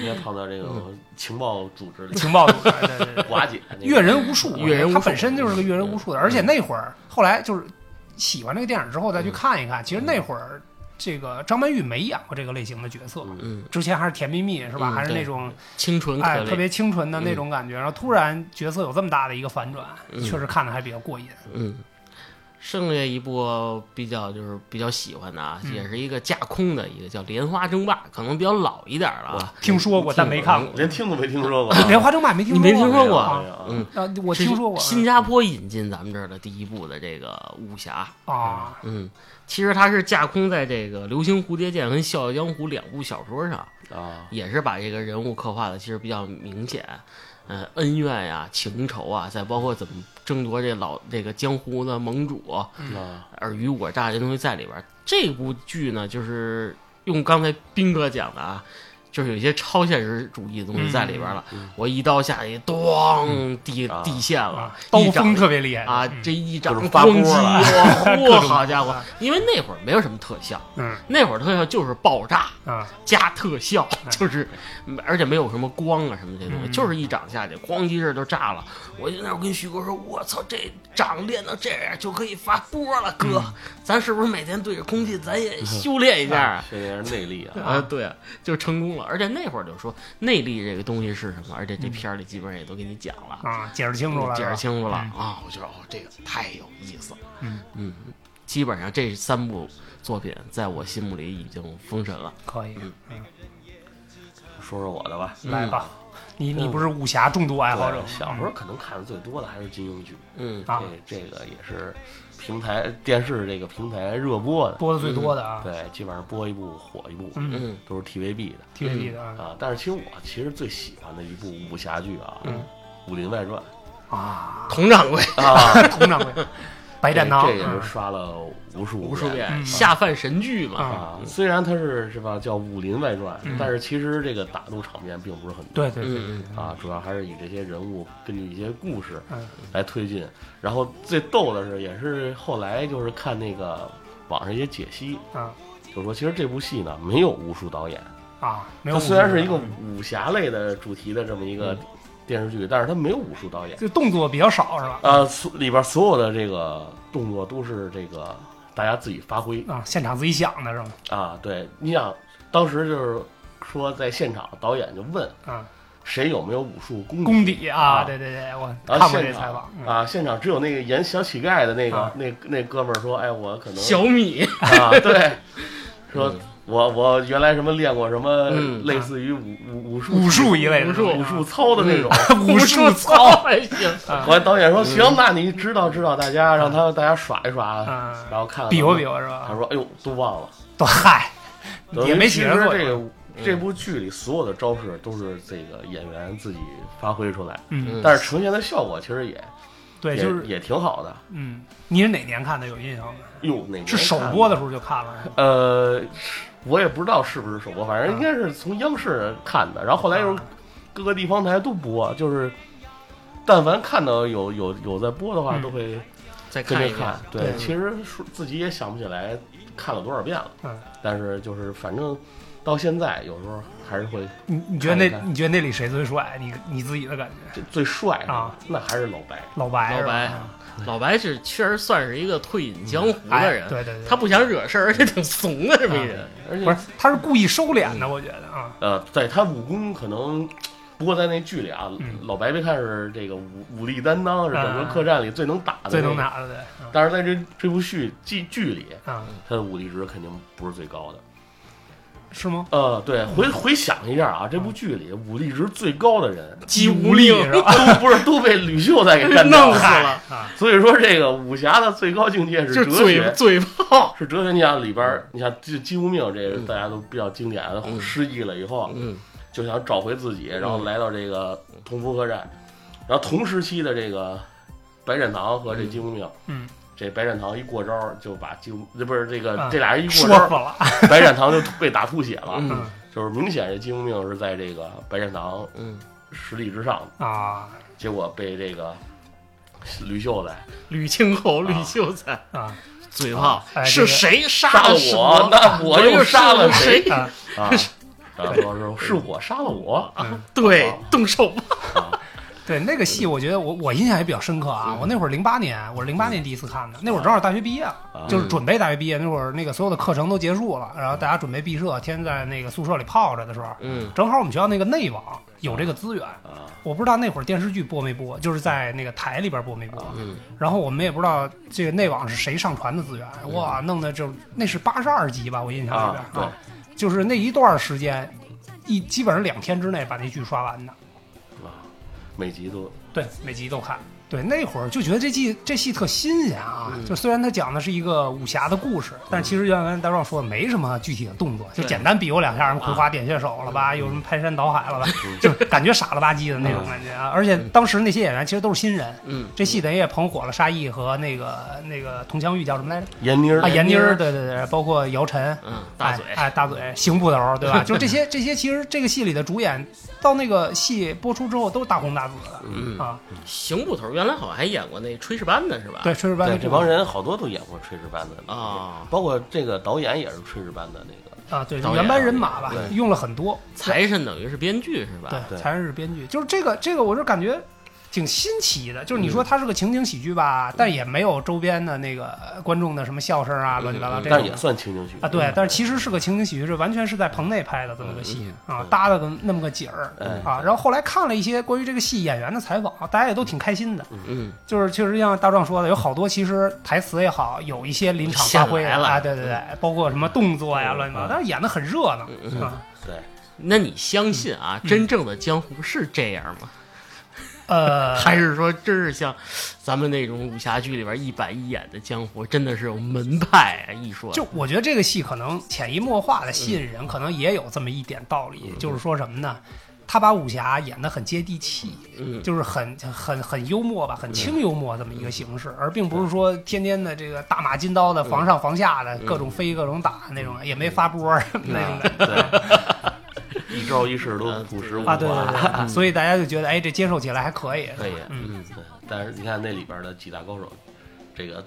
C: 应该放到这个情报组织里
B: 情报组织，对对 对，
C: 瓦解那个啊
B: 阅人无数，
A: 阅人无
B: 他
A: 数嗯
B: 本身就是个阅人无数的。而且那会儿后来就是喜欢这个电影之后再去看一看，其实
A: 嗯
B: 那会儿这个张曼玉没演过这个类型的角色。
C: 嗯
A: 嗯，
B: 之前还是甜蜜蜜是吧？
A: 嗯
B: 还是那
A: 对
B: 种
A: 清纯可
B: 哎特
A: 怜。
B: 别清纯的那种感觉，然后突然角色有这么大的一个反转，
A: 嗯
B: 确实看的还比较过瘾。
A: 嗯，剩下一部比较就是比较喜欢的啊，
B: 嗯
A: 也是一个架空的一个叫《莲花争霸》，可能比较老一点了啊。
B: 听说过，但没看过。，
C: 连听都没听说过哎
B: 莲花争霸没听
A: 你没
B: 听
A: 听说过？
B: 啊？
A: 嗯，
B: 啊，我
A: 这
B: 听
A: 是
B: 说过
A: 新加坡引进咱们这儿的第一部的这个武侠。
B: 啊，
A: 嗯，其实它是架空在这个《流星蝴蝶剑》跟《笑傲江湖》两部小说上。
C: 啊，
A: 也是把这个人物刻画的其实比较明显，呃，恩怨呀、情仇啊，再包括怎么争夺这老这个江湖的盟主，
C: 啊，
A: 尔虞我诈这东西在里边儿。这部剧呢，就是用刚才斌哥讲的啊，就是有一些超现实主义的东西在里边了。
C: 嗯嗯
A: 我一刀下去，咣地、
C: 啊
A: 地陷了
B: 啊，刀
A: 一
B: 锋
A: 掌
B: 特别厉害
A: 啊，
B: 嗯
A: 这一掌
C: 各种发
A: 咣
C: 波
A: 叽，
C: 了
A: 哇
B: 各
A: 嚯，
B: 种
A: 好家伙
B: 啊！
A: 因为那会儿没有什么特效，
B: 嗯
A: 那会儿特效就是爆炸。
B: 啊，
A: 加特效，
B: 哎
A: 就是，嗯而且没有什么光啊什么这东西，
B: 嗯
A: 就是一掌下去，咣叽一下就炸了。我就那会儿跟徐哥说，我操，这掌练到这样就可以发波了，哥，
B: 嗯
A: 咱是不是每天对着空气咱也修炼一下啊？
C: 训练是内力
B: 嗯
C: 啊，
A: 啊，对啊，就成功了。而且那会儿就说内力这个东西是什么，而且这片儿里基本上也都给你讲了，
B: 嗯啊，解释清楚了，
A: 解释清楚了
B: 是吧
A: 啊。我觉得哦，这个太有意思了。
B: 嗯
A: 嗯，基本上这三部作品在我心目里已经封神了。
B: 可以，嗯
C: 说说我的吧。
B: 来吧，你你不是武侠重度爱好者
C: 嗯对
B: 吗？
C: 小时候可能看的最多的还是金庸剧，
A: 嗯
B: 啊，
C: 这这个也是平台电视这个平台热播的，
B: 播的最多的啊，
C: 对，基本上播一部火一部，
B: 嗯
A: 嗯
C: 都是 TVB 的
B: ，TVB 的啊
C: 啊。但是其实我其实最喜欢的一部武侠剧啊，
B: 嗯
C: 武林外传
B: 啊，
A: 佟掌柜。》
C: 啊，
B: 佟掌柜， 白
C: 这
B: 展堂，
C: 啊哎这也是
B: 嗯
C: 刷了无数
A: 无数遍
B: 嗯
A: 下饭神剧嘛，
C: 啊。虽然它是是吧叫《武林外传》
B: 嗯
C: 但是其实这个打斗场面并不是很多。
B: 对对对
A: 嗯嗯，
C: 啊，主要还是以这些人物根据一些故事
B: 嗯
C: 来推进。然后最逗的是，也是后来就是看那个网上一些解析，
B: 啊
C: 就是说其实这部戏呢没有武术导演，
B: 啊，没有
C: 它
B: 武术
C: 虽然是一个
B: 嗯
C: 武侠类的主题的这么一个电视剧，但是它没有武术导演。
B: 就动作比较少是吧？
C: 呃，所里边所有的这个动作都是这个大家自己发挥
B: 啊，现场自己想的是吗？
C: 啊。对，你想当时就是说在现场，导演就问
B: 啊，
C: 谁有没有武术功底
B: 功底啊，
C: 啊
B: 对对对，我
C: 然
B: 看
C: 后
B: 过
C: 现
B: 这
C: 场
B: 采访，嗯
C: 啊，现场只有那个演小乞丐的那个、
B: 啊
C: 那那哥们儿说，哎，我可能
A: 小米，
C: 啊， 对，说
A: 嗯
C: 我我原来什么练过什么
A: 嗯
C: 类似于武武武术
B: 啊武术一类的啊是
C: 武术
B: 吧
C: 武术操的
B: 嗯
C: 那种。
B: 武术
A: 嗯操哎还行，
B: 啊
C: 后来导演说行，那你指导指导大家，让他大家耍一耍，
B: 啊
C: 然后看看
B: 比划比
C: 划。
B: 划是吧
C: 他？说哎呦，都忘了，
B: 都嗨，
C: 等于
B: 也没
C: 其
B: 起
C: 实
B: 来过
C: 这个这部剧里所有的招式都是这个演员自己发挥出来，
B: 嗯，
C: 但是呈现的效果其实也
B: 对，
C: 也
B: 就是
C: 也挺好的。
B: 嗯，你是哪年看的？有印象吗？
C: 哟，哪年
B: 是首
C: 看
B: 播的时候就看了是吗？
C: 呃，是我也不知道是不是首播，反正应该是从央视看的，然后后来又
B: 啊
C: 各个地方台都播，就是但凡看到有有有在播的话，
B: 嗯
C: 都会
A: 再
C: 跟
A: 看一
C: 着
A: 看
C: 看。。对
B: 对，
C: 其实说自己也想不起来看了多少遍了，
B: 嗯，
C: 但是就是反正到现在有时候还是会
B: 你你觉得那
C: 看一看
B: 你觉得那里谁最帅？你你自己的感觉？
C: 这最帅的
B: 啊，
C: 那还是老白。
B: 老白是
A: 老
B: 吧，
A: 白
B: 嗯，
A: 老白是确实算是一个退隐江湖的
B: 哎
A: 人，
B: 对对对，
A: 他不想惹事儿，而且挺怂的这么一人。
C: 而
B: 不
C: 且
B: 是他是故意收敛
A: 嗯
B: 的，我觉得啊，
C: 呃，对他武功可能。不过在那剧里啊，
B: 嗯
C: 老白被看是这个武武力担当，是整个
B: 啊
C: 客栈里最能打的，
B: 最能打的对，
C: 但是在这这部剧剧剧里，
B: 嗯啊，
C: 他的武力值肯定不是最高的。
B: 是吗？
C: 呃，对，
B: 嗯
C: 回回想一下啊，这部剧里武力值最高的人
A: 姬
B: 无
A: 无
B: 力
A: 令
B: 是吧？
C: 都不是都被吕秀才给干掉
A: 弄死
C: 了。
A: 了
B: 嗨啊，
C: 所以说，这个武侠的最高境界是
A: 就
C: 哲
A: 嘴
C: 学，
A: 嘴炮，
C: 是哲学。你想里边
B: 嗯
C: 儿，你像金金无命，这个
A: 嗯
C: 大家都比较经典的，
A: 嗯
C: 失忆了以后啊
A: 嗯，
C: 就想找回自己，然后
A: 嗯
C: 来到这个同福客栈，然后同时期的这个白展堂和这金无命。
B: 嗯，
C: 这白展堂一过招儿就把金无，这不是这个
B: 啊
C: 这俩人一过
B: 说
C: 招儿
B: 死，了，
C: 白展堂就被打吐血了，
A: 嗯
B: 嗯
C: 就是明显这金无命是在这个白展堂
A: 嗯，
C: 实力之上的，
B: 啊
C: 结果被这个吕秀才
A: 吕青侯、吕
C: 啊
A: 秀才
B: 啊
A: 嘴炮
B: 哎，
A: 是
B: 这个
A: 谁
C: 杀
A: 杀
C: 了
A: 的是
C: 我，那我又杀了谁
A: 谁？
B: 啊，
C: 啊？然后说是是我杀了我，
B: 嗯。
A: 对
C: 啊，
A: 动手吧。
B: 对那个戏，我觉得我我印象也比较深刻啊。
A: 嗯
B: 我那会儿零八年，我是零八年第一次看的，那会儿正好大学毕业，
A: 嗯
B: 就是准备大学毕业。那会儿那个所有的课程都结束了，然后大家准备毕设，天天在那个宿舍里泡着的时候，
A: 嗯
B: 正好我们学校那个内网有这个资源。
C: 啊
B: 我不知道那会儿电视剧播没播，就是在那个台里边播没播。
C: 啊
A: 嗯，
B: 然后我们也不知道这个内网是谁上传的资源，哇，弄的就那是八十二集吧，我印象里边
C: 嗯啊，对
B: 啊，就是那一段时间，一基本上两天之内把那剧刷完的。
C: 啊，每集都
B: 对，每集都看。对，那会儿就觉得这季这戏特新鲜啊！就虽然它讲的是一个武侠的故事，但是其实原来大壮说的没什么具体的动作，就
A: 对
B: 简单比划两下，什么葵花点穴手了吧，有什么排山倒海了吧， 就感觉傻了吧唧的那种感觉啊！而且当时那些演员其实都是新人，
A: 嗯，
B: 这戏等于也捧火了沙溢和那个那个佟湘玉叫什么来着？
C: 闫妮儿
B: 啊，闫妮儿，
A: 儿
B: 对对对，包括姚晨，
A: 嗯，大嘴
B: 哎，哎，大嘴，邢捕头， 对吧？就这些，这些其实这个戏里的主演，到那个戏播出之后都是大红大紫的、
A: 嗯，
B: 啊。
A: 邢捕头原来好像还演过那炊事班的是吧？
B: 对，炊事班
C: 啊对
B: 的
C: 这帮人好多都演过炊事班的
A: 啊
C: 包括这个导演也是炊事班的那个。
B: 啊，对，
A: 导演
B: 原班人马吧，
C: 对啊
B: 用了很多，
A: 财神等于是编剧是吧？
B: 对，
C: 对
B: 才是编剧，就是这个这个，我是感觉挺新奇的。就是你
C: 嗯
B: 说它是个情景喜剧吧，但也没有周边的那个呃观众的什么笑声啊，
A: 嗯
B: 乱七八糟
A: 嗯
B: 这
C: 但是也嗯
B: 种。
C: 算情景剧
B: 啊，对，但是其实是个情景喜剧，这完全是在棚内拍的这么个戏啊，搭的那么个景儿
C: 嗯哎
B: 啊。然后后来看了一些关于这个戏演员的采访，啊大家也都挺开心的。
A: 嗯，
B: 就是确实像大壮说的，有好多其实台词也好，有一些临场发挥
A: 现来了
B: 啊，对对对，包括什么动作呀乱七八糟，但是演的很热闹
A: 嗯
B: 啊。
C: 对，
A: 那你相信啊，真正的江湖是这样吗？
B: 呃，
A: 还是说，真是像咱们那种武侠剧里边一板一眼的江湖，真的是有门派啊？一说
B: 就我觉得
A: 嗯
B: 这个戏可能潜移默化的吸引人，可能也有这么一点道理，就是说什么呢？他把武侠演得很接地气，
A: 嗯
B: 就是很很很幽默吧，很轻幽默这么一个形式，而并不
A: 嗯
B: 是说天天的这个大马金刀的防上防下的各种飞各种打那种，
A: 嗯
B: 也没发波儿什么那
A: 啊
B: 种的
C: 对，一招一式都朴实无华。
B: 啊，对对对，所以大家就觉得哎，这接受起来还可以，
A: 嗯可以，
B: 嗯
A: 嗯，
C: 对但是你看那里边的几大高手，这个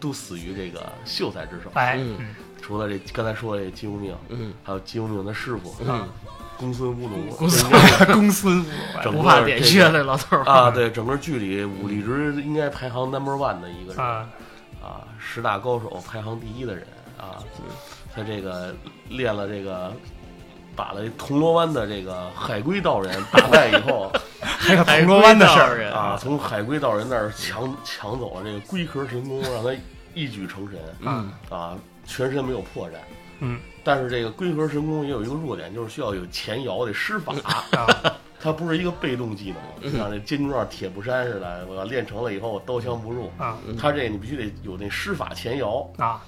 C: 都死于这个秀才之手。
B: 哎，
A: 嗯
B: 嗯
C: 除了这刚才说的这金无命，
A: 嗯
C: 还有金无命的师傅，
A: 嗯，
C: 公孙无
B: 嗯
C: 奴，
A: 公孙
B: 公 孙武，
C: 整个
A: 不怕点穴
C: 这个
A: 的老头儿
C: 啊，对，整个剧里武力值应该排行 number one 的一个人
B: 啊，
C: 啊，十大高手排行第一的人啊，他这个练了这个。打了铜锣湾的这个海龟道人打败以后
B: 还有铜锣湾的事
A: 海
B: 儿
A: 哎龟道人
C: 啊，从海龟道人那儿抢抢走了这个龟壳神功，让他一举成神
A: 嗯
C: 啊，全身没有破绽。
B: 嗯
C: 但是这个龟壳神功也有一个弱点，就是需要有前摇得施法，
B: 啊，
C: 它不是一个被动技能，像那金钟罩铁布衫似的，我要练成了以后刀枪不入。
B: 啊
C: 它这你必须得有那施法前摇，
B: 啊，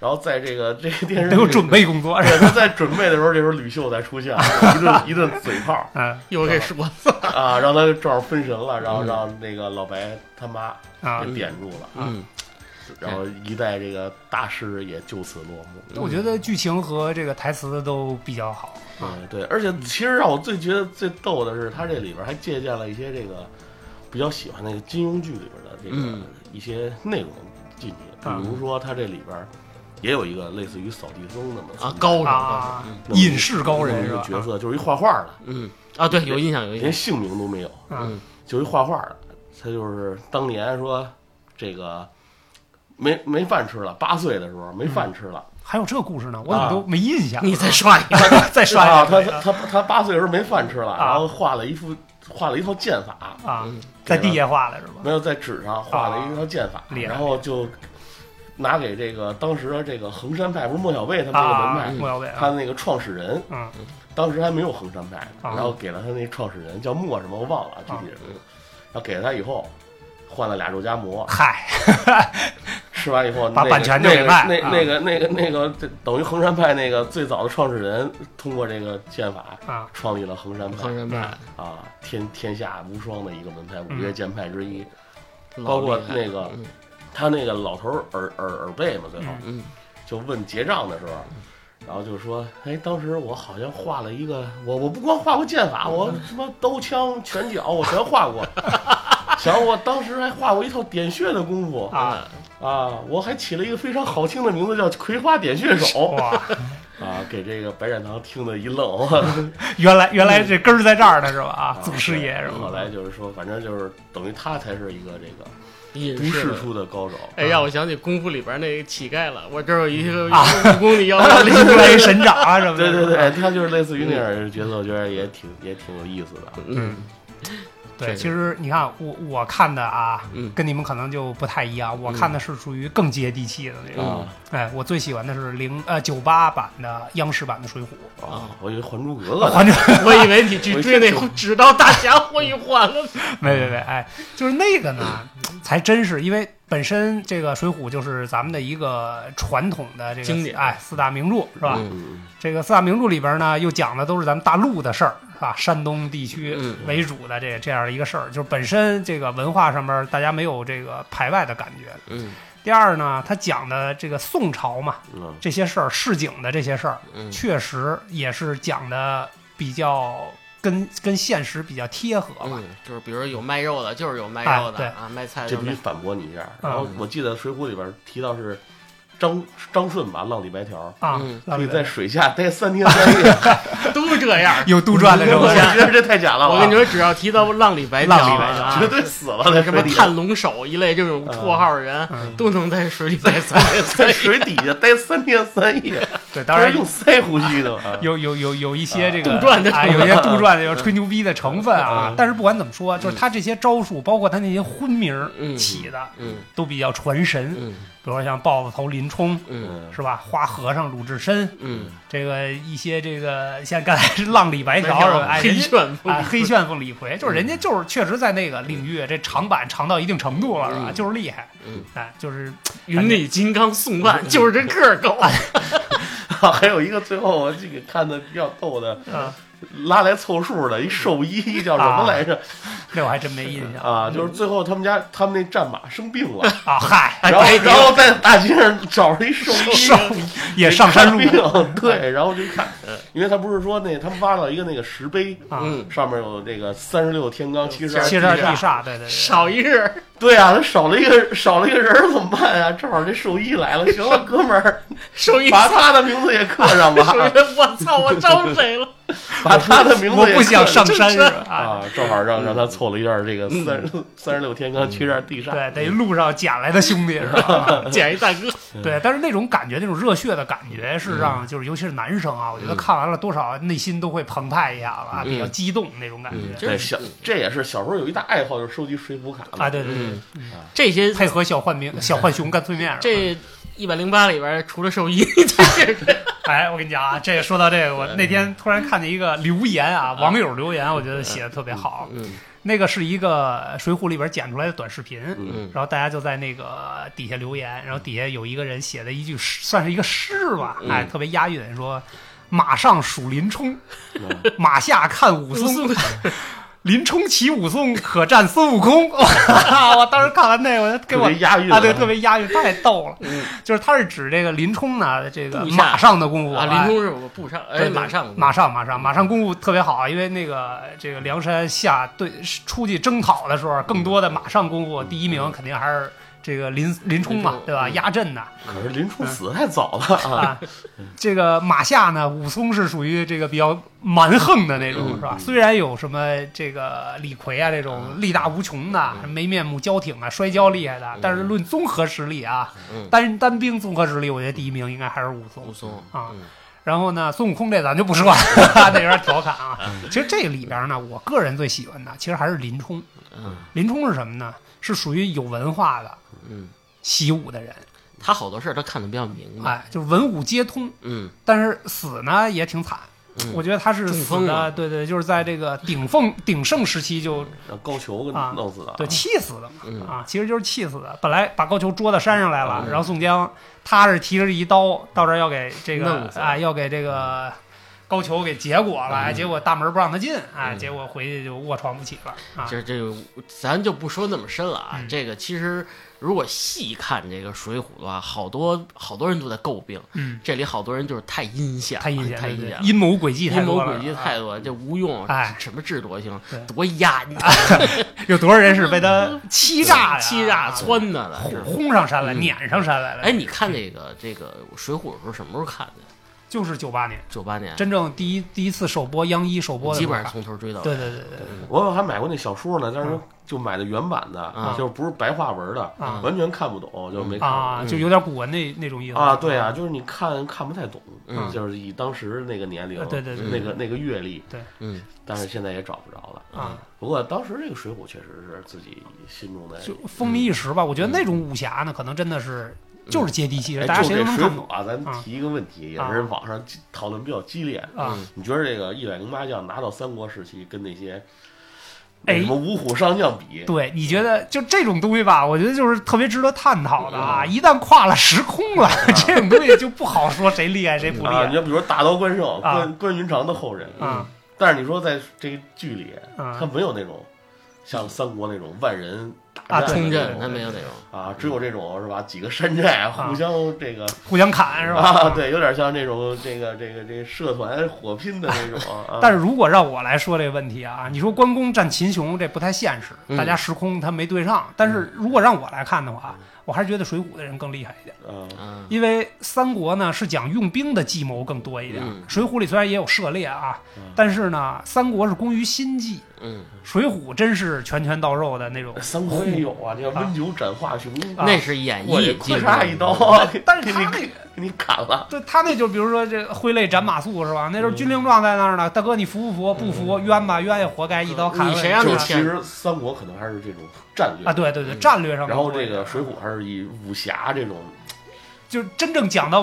C: 然后在这个这 个电视
B: 得
C: 剧
B: 有准。备工作，
C: 对，他在准备的时候，这时候吕秀才出现了， 一顿一顿嘴炮
B: 嗯
A: 一会儿给说，
C: 啊，让他正好分神了，然后让那个老白他妈
B: 啊
C: 给。点住了，
A: 嗯，
C: 然后一代这个大师也就此落幕。
B: 我觉得剧情和这个台词都比较好，
C: 对嗯对，而且其实让啊我最觉得最逗的是，他这里边还借鉴了一些这个比较喜欢那个金庸剧里边的这个
A: 嗯
C: 一些内容进去，
B: 啊
C: 比如说他这里边也有一个类似于扫地僧那么
A: 啊，高手高
B: 啊
A: 手，嗯
C: 那么
B: 隐士高人
C: 一
B: 是
C: 个
B: 吧？啊
C: 角色，就是一画画的，
A: 嗯啊，对，有印象有印象，
C: 连姓名都没有，
B: 啊
A: 嗯
C: 就一画画的，他就是当年说这个没没饭吃了，八岁的时候没饭吃了。
B: 还有这故事呢，我怎么都没印象？
A: 嗯你 再刷一个，
B: 再
C: 是
B: 刷
C: 啊，
B: 一
C: 他
B: 下
C: 他他他八岁的时候没饭吃了，
B: 啊
C: 然后画了一幅画了一套剑法，
B: 啊，
A: 嗯
B: 在地下画的是吧？
C: 没有在纸上画了一条剑法，
B: 啊厉害
C: 然后就拿给这个当时这个衡山派不是莫小贝他们那个门
B: 啊，
C: 派，
B: 莫小贝啊，
C: 嗯他那个创始人
B: 嗯
C: 当时还没有衡山派，
B: 啊
C: 然后给了他那创始人叫莫什么我忘了具体人物，然后给了他以后。换了俩肉夹馍，
B: 嗨，
C: 吃完以后，
B: 把
C: 那个
B: 版权就给卖
C: 那
B: 啊
C: 那个、那个、那个、那个，这等于衡山派那个最早的创始人，通过这个剑法
B: 啊
C: 创立了衡山派
A: 衡山派
C: 啊，天天下无双的一个门派，五
B: 嗯
C: 岳剑派之一。
A: 老
C: 包括
A: 厉害
C: 那个
A: 嗯
C: 他那个老头儿耳耳耳背嘛，最后
B: 嗯
A: 嗯
C: 就问结账的时候，然后就说：“哎，当时我好像画了一个，我我不光画过剑法，我什么刀枪拳脚我全画过， 想我当时还画过一套点穴的功夫
B: 啊，
C: 啊，我还起了一个非常好听的名字叫葵花点 穴手
B: 哇，
C: 啊，给这个白展堂听得一愣。
B: 原来原来这根儿在这儿呢是吧？啊
C: 啊，
B: 祖师爷是
C: 对后
B: 吧？
C: 来就是说，反正就是等于他才是一个这个
A: 隐
C: 不啊
A: 士
C: 世
A: 的
C: 出的高手。
A: 哎，让我想起功夫里边那个乞丐了。我这儿有一个
B: 啊
A: 武功，你要不要
B: 灵雷神掌啊什么的，
C: 对对对，他就是类似于那样的角色，我觉得也挺也挺有意思的。
A: 嗯，
B: 对，
A: 对
B: 其实你看我我看的啊
A: 嗯，
B: 跟你们可能就不太一样，我看的是属于更接地气的那种。
C: 啊
B: 哎，我最喜欢的是零呃九八版的央视版的《水浒》，
C: 啊！我以为《还珠格格》
B: 《
C: 呢，
B: 还珠》
A: 我以为你去追那《直到大侠霍一还了。
B: 没没没，哎，就是那个呢，才真是因为本身这个《水浒》就是咱们的一个传统的这个
A: 经典
B: 哎四大名著是吧？
A: 嗯
C: 嗯，
B: 这个四大名著里边呢，又讲的都是咱们大陆的事儿，是吧？山东地区
A: 嗯
B: 为主的这这样的一个事儿，就是本身这个文化上面大家没有这个排外的感觉。
A: 嗯
B: 第二呢，他讲的这个宋朝嘛，
C: 嗯
B: 这些事儿，市井的这些事儿，
A: 嗯
B: 确实也是讲的比较跟跟现实比较贴合吧。
A: 嗯，就是比如有卖肉的，就是有卖肉
B: 哎对
A: 的啊，卖菜
C: 这
A: 的
C: 必须
A: 卖。
C: 反驳你一下。然后我记得《水浒》里边提到是张张顺吧，浪里白条，
B: 啊
A: 嗯，
B: 老
C: 可
B: 李
C: 以在水下待三天三夜。
A: 都这样。
B: 有杜撰的是
C: 我
B: 吧？
C: 觉得这太假了。啊
A: 我跟你，说，只要提到浪里白条
B: 浪里白
A: 啊
C: 绝对死了在
A: 什么
C: 水底下，
A: 探龙手一类这种绰号的人
B: 嗯，
A: 都能在水里待三
C: 在水底下待三天三夜，
B: 对，当
C: 当
B: 然
C: 然用腮胡须的啊嘛。
B: 有有有有一些这个
A: 啊杜撰的
B: 啊，
A: 成
B: 有
A: 分
B: 一些杜撰的、有吹牛逼的成分啊
A: 嗯。
B: 但是不管怎么说，就是他这些招数，包括他那些荤名儿
A: 嗯
B: 起的，
A: 嗯
B: 都比较传神。
A: 嗯
B: 比如说像豹子头林冲，
A: 嗯
C: 嗯
B: 是吧？花和尚鲁智深，
A: 嗯，
B: 这个一些这个像刚才是浪里白条什么的，哎，
A: 黑
B: 人家
A: 旋风嗯
B: 啊，黑旋风李逵，就是人家就是确实在那个领域这长板长到一定程度了，是吧？
A: 嗯
B: 就是厉害
A: 嗯，
B: 哎，就是哎
A: 云里金刚宋万，就是这个儿高。
C: 后还有一个最后我这个看的比较逗的，
B: 嗯，
C: 拉来凑数的一兽医叫什么来着？
B: 这我还真没印象
C: 啊，就是最后他们家他们那战马生病 了，
B: 啊。嗨，
C: 然后
A: 哎
C: 然后在大街上找着一兽医，
B: 上也上山路哎嗯
C: 看 病，对，然后就一看，因为他不是说那他们挖到一个那个石碑，
B: 啊，
A: 嗯，
C: 上面有这个三十六天罡七十二
B: 七十二
C: 地
B: 地
C: 煞，
B: 煞，对对对，
A: 少一日，
C: 对啊，他少了一个少了一个人儿怎么办啊？正好这兽医来了，行了，哥们 儿，
A: 兽医，
C: 把他的名字也刻上吧
A: 兽，医，我操，我招谁 了？
C: 把他的名字
B: 我
C: 也
B: 不想
C: 刻
B: 上山是吧？啊，嗯
C: 啊，正好让让他凑了一下这个三三十六天罡七十二地煞，
B: 对，得路上捡来的兄弟是 吧？
A: 捡一大哥，
B: 对，但是那种感觉，那种热血的感觉，是
A: 嗯
B: 让就是尤其是男生啊，我觉得看完了多少内心都会澎湃一下子，啊，
A: 嗯
B: 比较激动那种感
A: 嗯
B: 觉
A: 真
C: 对，
A: 是
C: 小这也是小时候有一大爱好，就是收集水浒卡嘛
B: 啊，对对对
A: 嗯，这些
B: 配合小浣熊小浣熊干脆面儿，
A: 这一百零八里边，除了兽医， 这些
B: 哎，我跟你讲啊，这说到这个，我那天突然看见一个留言啊，网友留言，我觉得写的特别好。
A: 嗯
B: 那个是一个《水浒》里边剪出来的短视频，
A: 嗯
B: 然后大家就在那个底下留言，然后底下有一个人写的一句诗，算是一个诗吧，
A: 嗯
B: 哎，特别押韵，说马上数林冲，
C: 嗯
B: 马下看武
A: 武
B: 松， 林冲骑武松，可战孙悟空。 我当时看完那个，我就给我
C: 特别押 韵
B: 啊，对，特别押韵，太逗了。
A: 嗯
B: 就是他是指这个林冲呢，这个
A: 部下
B: 马上的功夫
A: 啊，
B: 哎
A: 林冲是我不上，
B: 对
A: 哎，
B: 对
A: 马上
B: 马上马上马上功夫特别好，因为那个这个梁山下对出去征讨的时候，更多的马上功夫第一名肯定还是这个林林冲
A: 林，
B: 嘛
A: 嗯冲
B: 对吧？
A: 嗯
B: 压阵的
C: 啊可是林冲死得太早了啊，
B: 啊，这个马下呢，武松是属于这个比较蛮横的那种，
A: 嗯
B: 是吧？虽然有什么这个李逵啊这种力大无穷的、
A: 嗯
B: 没面目交挺啊、摔跤厉害的，但是论综合实力啊，
A: 嗯
B: 单单兵综合实力，我觉得第一名应该还是武松
A: 武。松
B: 啊
A: 嗯
B: 然后呢，孙悟空这咱就 不说了，那有点调侃啊。其实这个里边呢，我个人最喜欢的其实还是林冲。
A: 嗯
B: 林冲是什么呢？是属于有文化的
A: 嗯，
B: 习武的人，
A: 他好多事儿他看得比较明白，
B: 哎，就是文武皆通，
A: 嗯
B: 但是死呢也挺惨。
A: 嗯
B: 我觉得他是死
A: 中风
B: 的，
A: 了
B: 对对，就是在这个鼎凤鼎盛时期就
C: 让高俅给弄死的啊。
B: 对气死的嘛，
A: 嗯
B: 啊，其实就是气死的。本来把高俅捉到山上来了，
A: 嗯
B: 然后宋江他是提着一刀到这儿要给这个
A: 弄死嗯
B: 啊，要给这个高俅给结果了，哎结果大门不让他进，哎，结果回去就卧床不起了啊。
A: 这这个咱就不说那么深了啊。
B: 嗯
A: 这个其实如果细看这个《水浒》的话，好多好多人都在诟病，
B: 嗯，
A: 这里好多人就是太阴险了，
B: 太
A: 太
B: 阴险，
A: 太
B: 对
A: 阴
B: 对
A: 险了。啊
B: 阴谋诡计太
A: 阴谋
B: 多了，
A: 诡计太多，这无用，
B: 哎
A: 什么治国行
B: 对，
A: 多压你，
B: 啊有多少人是被他欺诈呀、啊
A: 欺诈撺掇的，是吧
B: 轰轰上山来，
A: 嗯
B: 撵上山来了。
A: 哎，，你看这个这个《水浒》的时候什么时候看的？
B: 就是九八年
A: 九八年，
B: 真正第一第一次首播央一首播的
A: 基
B: 时候
A: 本上
B: 看，
A: 从头追到尾。
B: 对对对对对
C: 我还买过那小说呢，但是
B: 嗯
C: 就买的原版的
A: 啊，
C: 就是不是白话文的，
B: 啊
C: 完全看不懂，就没看过。
A: 嗯
B: 啊，就有点古文那那种意思
C: 啊，对啊，，就是你看看不太懂，
A: 嗯
C: 就是以当时那个年龄
B: 呃，对对对
C: 那个那个阅历，
A: 嗯，
C: 但是现在也找不着了。
B: 啊，
C: 不过当时这个《水浒》确实是自己心中的，
B: 就风靡一时吧。我觉得那种武侠呢，可能真的是就是接地气，
C: 嗯哎，
B: 大家
C: 就
B: 谁
C: 这
B: 都能
C: 《水
B: 看
C: 浒
B: 懂》嗯
C: 啊，咱提一个问题，也
B: 啊
C: 是网上讨论比较激烈。
B: 啊。
A: 嗯
C: 你觉得这个一百零八将拿到三国时期，跟那些
B: 哎
C: 什么五虎上将比，
B: 对，你觉得就这种东西吧？我觉得就是特别值得探讨的
C: 嗯
B: 啊！一旦跨了时空了， 这种东西就不好说谁厉害谁不厉
C: 啊，你
B: 害
C: 就比如大刀关胜，
B: 啊
C: 关关云长的后人
B: 啊。
C: 但是你说在这个剧里，
B: 啊
C: 他没有那种像三国那种万人
B: 啊
C: 大战
A: 冲
C: 的那
A: 阵
C: 种
A: 他没有那种，
C: 啊，只有这种是吧？几个山寨互相这个
B: 互相啊砍是吧？
C: 啊，对，有点像这种这个这个这个社团火拼的那种 啊。
B: 嗯但是如果让我来说这个问题啊，你说关公战秦琼这不太现实，
A: 嗯
B: 大家时空他没对上。但
C: 嗯
B: 是如果让我来看的话，我还是觉得水浒的人更厉害一点，
C: 啊，
A: 嗯
B: 因为三国呢是讲用兵的计谋更多一点。
A: 嗯
B: 水浒里虽然也有涉猎啊
C: 嗯，
B: 但是呢，三国是攻于心计，
A: 嗯，
B: 水浒真是拳拳到肉的 那种。
C: 呃三国也有啊，这个温酒斩华雄，
B: 哎啊
A: 那是演
C: 我这
A: 绎，
C: 咔
A: 基本
C: 嚓
A: 上嗯
C: 一刀，给
B: 但是他那
C: 给
B: 个
C: 你给你砍了。
B: 对他那就比如说这挥泪斩马谡是吧？那时候
C: 嗯
B: 军令状在那儿呢，大哥你服不服？不服冤吧，冤也活该，一刀砍了。
A: 你谁让
C: 就
A: 你
C: 是
B: 砍
C: 其实三国可能还是这种战略
B: 啊？对对对，战略上
C: 然后
B: 更多
C: 这
B: 一点
C: 个水浒还是以武侠这种
B: 就是真正讲到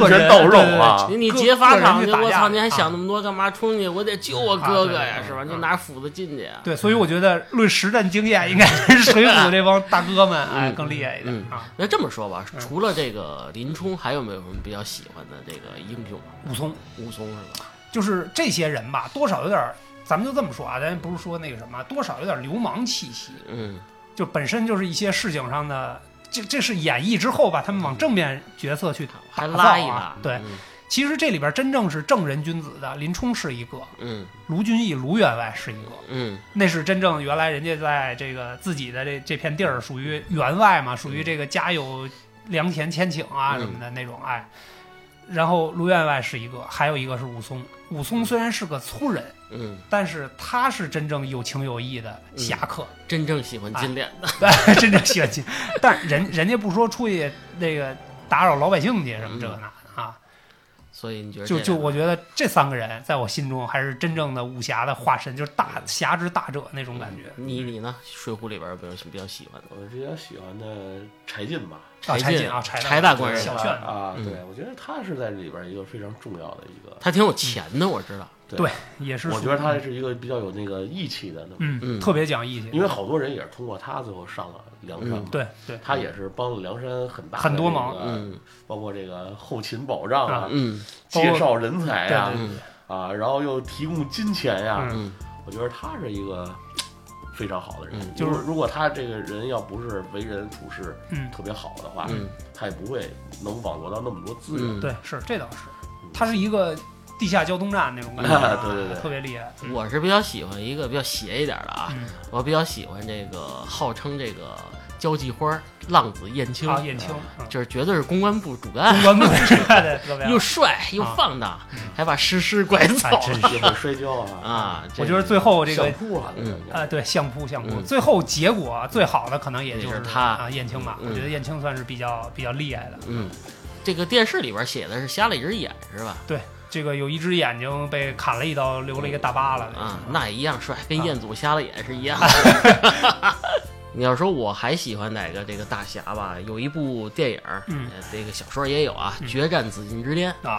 A: 嗯
B: 个人
C: 拳到肉
B: 对对
C: 啊！
A: 你你
B: 各
A: 劫法场
B: 各人
A: 去，
B: 去打
A: 我
B: 架啊
A: 操！你还想那么多干嘛？冲进去，我得救我哥哥呀，
B: 啊对
A: 是吧？
B: 嗯
A: 就拿斧子进去啊。
B: 对，所以我觉得论实战经验，应该是水浒这帮大哥们哎更厉害一点
A: 嗯
B: 啊。
A: 那这么说吧，除了这个林冲，还有没有什么比较喜欢的这个英雄？啊
B: 武松
A: 武松是吧？
B: 就是这些人吧，多少有点儿，咱们就这么说啊，咱不是说那个什么，多少有点流氓气息，
A: 嗯
B: 就本身就是一些事情上的。这这是演绎之后吧，他们往正面角色去
A: 嗯还
B: 打造
A: 拉一嗯
B: 啊
A: 拉。。
B: 对，其实这里边真正是正人君子的，林冲是一个，
A: 嗯
B: 卢俊义、卢员外是一个，
A: 嗯
B: 那是真正原来人家在这个自己的这这片地儿属于员外嘛，属于这个家有良田千顷啊
A: 嗯
B: 什么的那种哎。然后卢员外是一个，还有一个是武松。武松虽然是个粗人，
A: 嗯，
B: 但是他是真正有情有义的侠客，
A: 真正喜欢金脸的，
B: 哎真正喜 欢金。但人人家不说出去那个打扰老百姓去什么这个那的啊，
A: 所以你觉得
B: 就
A: 嗯这
B: 就
A: 两
B: 我觉得这三个人在我心中还是真正的武侠的化身，就是大侠之大者那种感觉。
A: 嗯
B: 啊
A: 你你呢？水浒里边有没有什么比较喜欢的？
C: 我比较喜欢的柴进吧，
B: 啊，柴
A: 进
B: 进啊，柴
A: 柴大官人
B: 小
C: 啊
B: 旋风
C: 啊，
A: 嗯
C: 对，我觉得他是在里边一个非常重要的一个，
A: 他挺有钱的，我知道。
B: 对，也是属于。
C: 我觉得他是一个比较有那个义气的那么，
A: 嗯
B: 嗯，特别讲义气。
C: 因为好多人也是通过他最后上了梁山嘛，
B: 对对，
C: 他也是帮了梁山很大的
B: 很多
C: 这个
B: 忙
A: 嗯
C: 包括这个后勤保障啊，
A: 嗯
B: 包括
C: 介绍人才呀、啊
B: 对，
A: 嗯
C: 然后又提供金钱呀、
B: 嗯
A: 嗯
C: 我觉得他是一个嘖非常好的人。
A: 嗯
B: 就是
C: 如如果他这个人要不是为人处事
B: 嗯，
C: 特别好的话，
A: 嗯
C: 他也不会能网罗到那么多资源。
A: 嗯，。
B: 对，是这倒是，他是一个地下交通站那种感觉啊，
C: 对对对
B: 特别厉害。
A: 我是比较喜欢一个比较邪一点的啊，
B: 嗯
A: 我比较喜欢这个号称这个交际花儿浪子燕青，
B: 啊，燕青，嗯
A: 就是绝对是公关部主干，
B: 关公之外的特别好
A: 又。帅又放荡，
B: 啊嗯
A: 还把诗诗 拐走
B: 哎，真
A: 了
B: 是，
C: 也会摔跤啊，
A: 啊！这
B: 哎我觉得最后这
C: 相
B: 个
C: 扑啊，
A: 嗯
B: 啊，对，相扑相扑，
A: 嗯
B: 最后结果最好的可能也就
A: 也是他
B: 啊，燕青吧。
A: 嗯
B: 我觉得燕青算是比较比较厉害的。
A: 嗯，这个电视里边写的是瞎了一只眼是吧？
B: 对，这个有一只眼睛被砍了一刀，留了一个大疤了。
A: 啊，那也一样帅，跟彦祖瞎了眼是一 样的。 你要说我还喜欢哪个这个大侠吧，有一部电影，
B: 嗯
A: 呃这个小说也有啊，决战紫禁之巅》
B: 啊，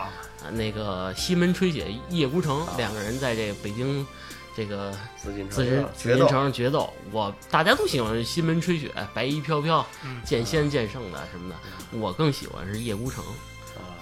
A: 啊，那个西门吹雪、叶孤城两个人在这个北京这个
C: 紫禁
A: 紫
C: 城
A: 禁
C: 啊
A: 紫禁城上决斗，我大家都喜欢西门吹雪，白衣飘飘
B: 嗯，
A: 剑仙剑圣的什么的，我更喜欢是叶孤城。
C: 啊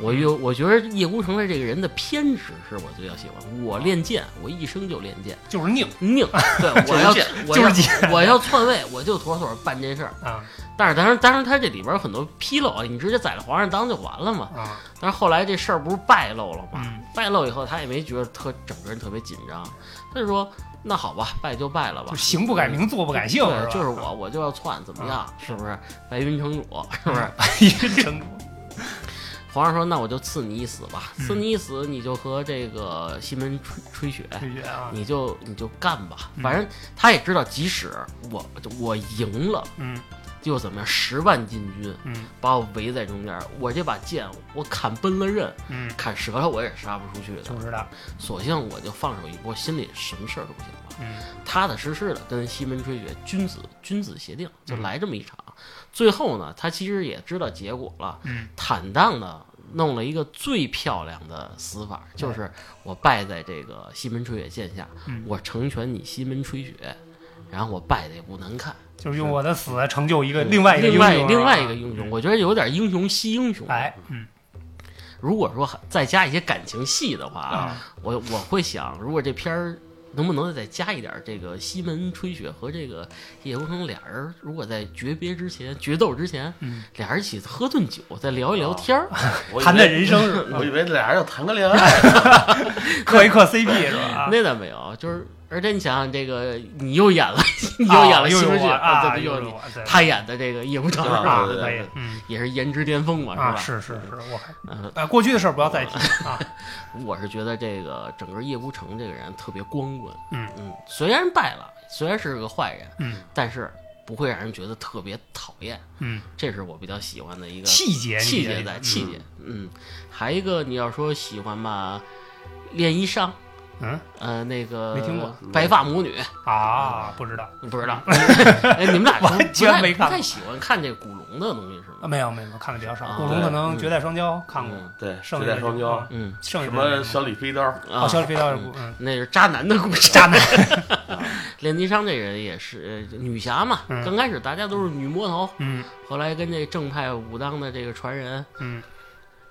A: 我有，我觉得叶孤城的这个人的偏执是我最要喜欢。我练剑，我一生就练剑，
B: 就是拧
A: 拧，对我要
C: 剑
A: 我要
B: 就是
A: 我要篡位，我就妥妥办这事儿。
B: 啊
A: 但是当然，当然他这里边有很多纰漏啊，你直接宰了皇上当就完了嘛。
B: 啊，
A: 但是后来这事儿不是败露了吗？
B: 嗯
A: 败露以后，他也没觉得特整个人特别紧张，他就说：“那好吧，败就败了吧
B: 就，行不改名，坐不改姓，
A: 对
B: 是吧
A: 就是 我，我就要篡，怎么样？
B: 啊
A: 是不是？白云城主，是不 是？
B: 嗯一人城主。
A: 皇上说：“那我就赐你一死吧，
B: 嗯
A: 赐你一死，你就和这个西门吹吹雪，
B: 对决啊，
A: 你就你就干吧。
B: 嗯
A: 反正他也知道，即使我我赢了，
B: 嗯
A: 又怎么样？十万禁军
B: 嗯
A: 把我围在中间，我这把剑我砍崩了刃，
B: 嗯，
A: 砍折了我也杀不出去的。
B: 就是的，
A: 索性我就放手一搏，心里什么事儿都不想了，
B: 嗯
A: 踏踏实实的跟西门吹雪君子君子协定，
B: 嗯
A: 就来这么一场。最后呢，他其实也知道结果了。”
B: 嗯
A: 坦荡的弄了一个最漂亮的死法，就是我败在这个西门吹雪剑下，
B: 嗯
A: 我成全你西门吹雪，然后我败的也不难看。
B: 就是用我的死成就一个另外一个
A: 另外
B: 英雄啊嗯
A: 另外一个英雄，我觉得有点英雄惜英雄。
B: 哎，嗯
A: 如果说再加一些感情戏的话，
B: 啊
A: 我我会想，如果这片儿。能不能再加一点这个西门吹雪和这个叶孤城俩人，如果在诀别之前、决斗之前，
B: 嗯，哦啊
A: 俩人一起喝顿酒，再聊一聊天儿，
C: 我以为
B: 谈谈人生是哎吧
C: 我以为俩人要谈个恋爱，
B: 磕一磕 CP 是吧？啊
A: 那倒没有，
B: 嗯
A: 就是而且你想想，这个你又演了， 你
B: 啊
A: 演了
B: 又
A: 西
B: 有
A: 门庆
B: 我啊，
A: 对对，
B: 又
A: 又有
B: 有
A: 你，
B: 我，对
A: 他演的这个叶无常是吧
B: 啊，
C: 对对
B: 可
C: 对
B: 以，嗯
A: 也是颜值巅峰嘛，
B: 啊，
A: 吧？
B: 是是是，我看
A: 嗯，
B: 呃，过去的事儿不要再提啊，
A: 我是觉得这个整个叶孤城这个人特别光棍，
B: 嗯
A: 嗯，虽然败了，虽然是个坏人，
B: 嗯
A: 但是不会让人觉得特别讨厌，
B: 嗯，
A: 这是我比较喜欢的一个
B: 细节你
A: 气
B: 这
A: 嗯节
B: 里
A: 在
B: 嗯
A: 气节，嗯，还一个你要说喜欢吧，练衣裳，
B: 嗯
A: 呃，那个
B: 没听过
A: 白发母女，
B: 啊，不知道
A: 你不知道？哎，你们俩
B: 完
A: 不
B: 全
A: 太
B: 没看
A: 不太喜欢看这古龙的东西是
B: 啊，
A: 吗？
B: 没有没有，看的比较少。
A: 啊
B: 古龙
C: 对
B: 可能《绝代双骄》看过，
A: 嗯
C: 对，
B: 剩
C: 时
B: 下
C: 代
B: 的
C: 双
B: 就啊
C: 骄，
A: 嗯
B: 剩下
C: 什
B: 的就
C: 么小李飞刀，
A: 啊
B: 哦，小李飞刀是古，嗯，
A: 那是渣男的故事。渣男，练霓裳这人也是呃女侠嘛，
B: 嗯
A: 刚开始大家都是女魔头，
B: 嗯
A: 后来跟这正派武当的这个传人
B: 嗯，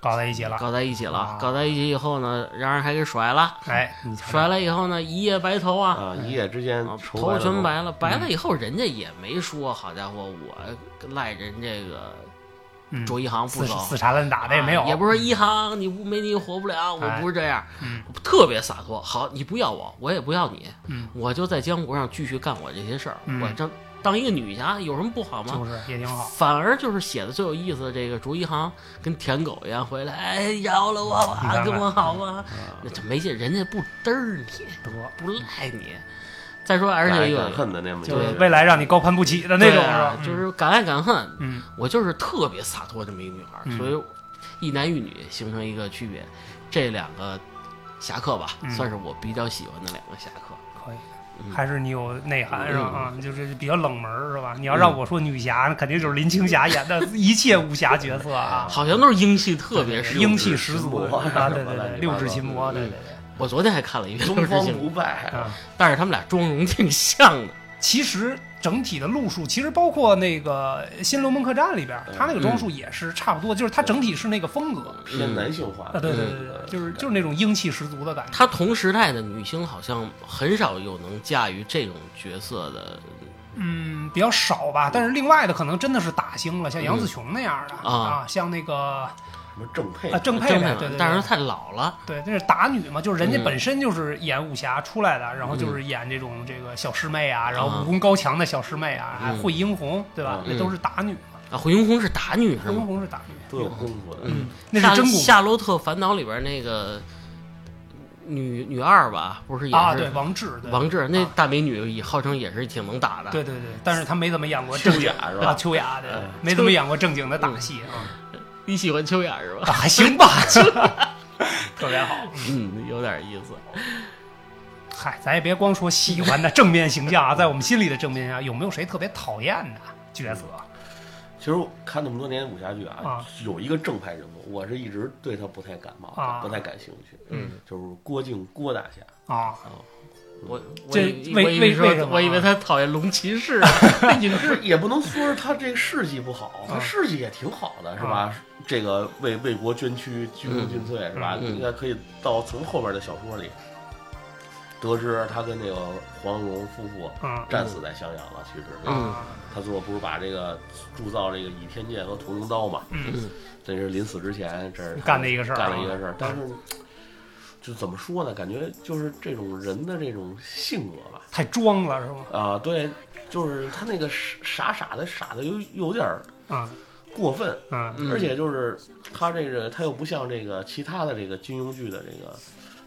B: 搞在一起了。
A: 搞在一起了
B: 啊，
A: 搞在一起以后呢，让人还给甩了，
B: 哎，你瞧瞧
A: 甩了以后呢，一夜白头
B: 嗯
A: 啊。
C: 啊，一夜之间
A: 啊
C: 愁
A: 头
C: 白了嗯
A: 全
C: 头
A: 白了，白了以后人家也没说，好家伙，我赖人这个
B: 嗯，
A: 卓一航不
B: 死
A: 走，
B: 死缠烂打的也没有，
A: 啊也不是说一航，你不没你活不了，我
B: 哎
A: 不是这样，
B: 嗯
A: 特别洒脱。好，你不要我，我也不要你，
B: 嗯
A: 我就在江湖上继续干我这些事儿，
B: 嗯
A: 我这当一个女侠有什么不好吗？
B: 就是也挺好。
A: 反而就是写的最有意思的这个竹一航跟舔狗一样回来，哎，饶了我
B: 你看
A: 吧，
B: 看
A: 跟我好吧，那就没劲，人家不嘚儿你，
B: 嗯得，
A: 不赖你。再说，而
C: 敢
A: 且
C: 爱
A: 又
C: 敢恨的那么一
B: 就
C: 个
B: 是
C: 人，
B: 未来让你高攀不起的那种，
A: 对啊
B: 吧？
A: 就是敢爱敢恨，
B: 嗯，
A: 我就是特别洒脱这么一个女孩儿，
B: 嗯
A: 所以一男一女形成一个区别，这两个侠客吧，
B: 嗯
A: 算是我比较喜欢的两个侠客。
B: 可以，
A: 嗯
B: 还是你有内涵
A: 嗯
B: 是吧？啊，就是比较冷门儿是吧？你要让我说女侠，那肯定就是林青霞演 的一切武侠角色啊，
A: 好像都是英气特别十足
B: 英气十足
C: 秦魔
B: 啊！对对
C: 乱七八糟
B: 对，六指琴魔，
A: 嗯
B: 对对对
A: 我昨天还看了一遍《
C: 东
A: 六
C: 方
A: 之行
C: 不败》，
B: 啊。
A: 但是他们俩妆容挺像的。
B: 其实整体的路数，其实包括那个《新龙门客栈》里边，他那个装束也是差不多，就是它整体是那个风格
C: 偏男性化嗯
B: 啊，。对对嗯对对，就是就是那种英气十足的感觉。
A: 她同时代的女星好像很少有能驾驭这种角色的
B: 嗯，比较少吧。但是另外的可能真的是打星了，像杨紫琼那样的
A: 嗯啊
B: 啊，像那个
C: 什么正配
B: 啊，郑佩
A: 正
B: 佩，
A: 派
B: 对对，
A: 但是
B: 对
A: 她太老了。
B: 对，那是打女嘛，就是人家
A: 嗯
B: 本身就是演武侠出来的，然后就是演这种这个小师妹啊，然后
A: 啊
B: 武功高强的小师妹啊，还
A: 嗯
B: 惠英红，对吧？
A: 嗯
B: 那都是打女嘛，
A: 啊，惠英红是打女是
B: 惠英
A: 吗？
B: 红是打女，
C: 都有功夫的，
A: 嗯
B: 那
A: 夏
B: 是真功夫
A: 夏洛特烦恼》里边那个女女二吧，不是也
B: 啊，
A: 是
B: 对，王志，对
A: 王志那
B: 啊
A: 大美女也号称也是挺能打的，
B: 对对对，但是他没怎么演过
C: 秋
B: 正经
C: 雅是
B: 啊，
C: 吧？
B: 秋雅的
C: 嗯
B: 没怎么演过正经的打戏啊，
A: 你喜欢秋雅是吧？
B: 啊还行吧， 特别好。
A: 嗯，有点意思。
B: 嗨，咱也别光说喜欢的正面形象啊，在我们心里的正面形象，有没有谁特别讨厌的角色？
C: 其实我看那么多年武侠剧啊
B: 啊，
C: 有一个正派人物，我是一直对他不太感冒
B: 啊，
C: 不太感兴趣。
A: 嗯，
C: 就是郭靖郭大侠，
B: 啊，
A: 我我
B: 这
A: 以
B: 为
A: 我以
B: 为
A: 为说
B: 为什么啊
A: 我以为他讨厌龙骑 士，
C: 影视也不能说是他这事迹不好，
B: 嗯
C: 他事迹也挺好的，是吧？这个为为国捐躯，鞠躬尽瘁，是吧？
A: 嗯
C: 应该可以到从后边的小说里得知他跟那个黄蓉夫妇
B: 嗯
C: 战死在襄阳了。其实
A: 嗯
B: 啊
C: 他最后不是把这个铸造这个倚天剑和屠龙刀嘛？
B: 嗯
C: 这是临死之前这是他
B: 干的一个事儿啊
C: 干了一个事儿。但是就怎么说呢？感觉就是这种人的这种性格吧。
B: 太装了是吗？
C: 啊，对，就是他那个傻傻的，傻的有有点儿
B: 啊
C: 过分，
B: 啊
A: 嗯
C: 而且就是他这个他又不像这个其他的这个金庸剧的这个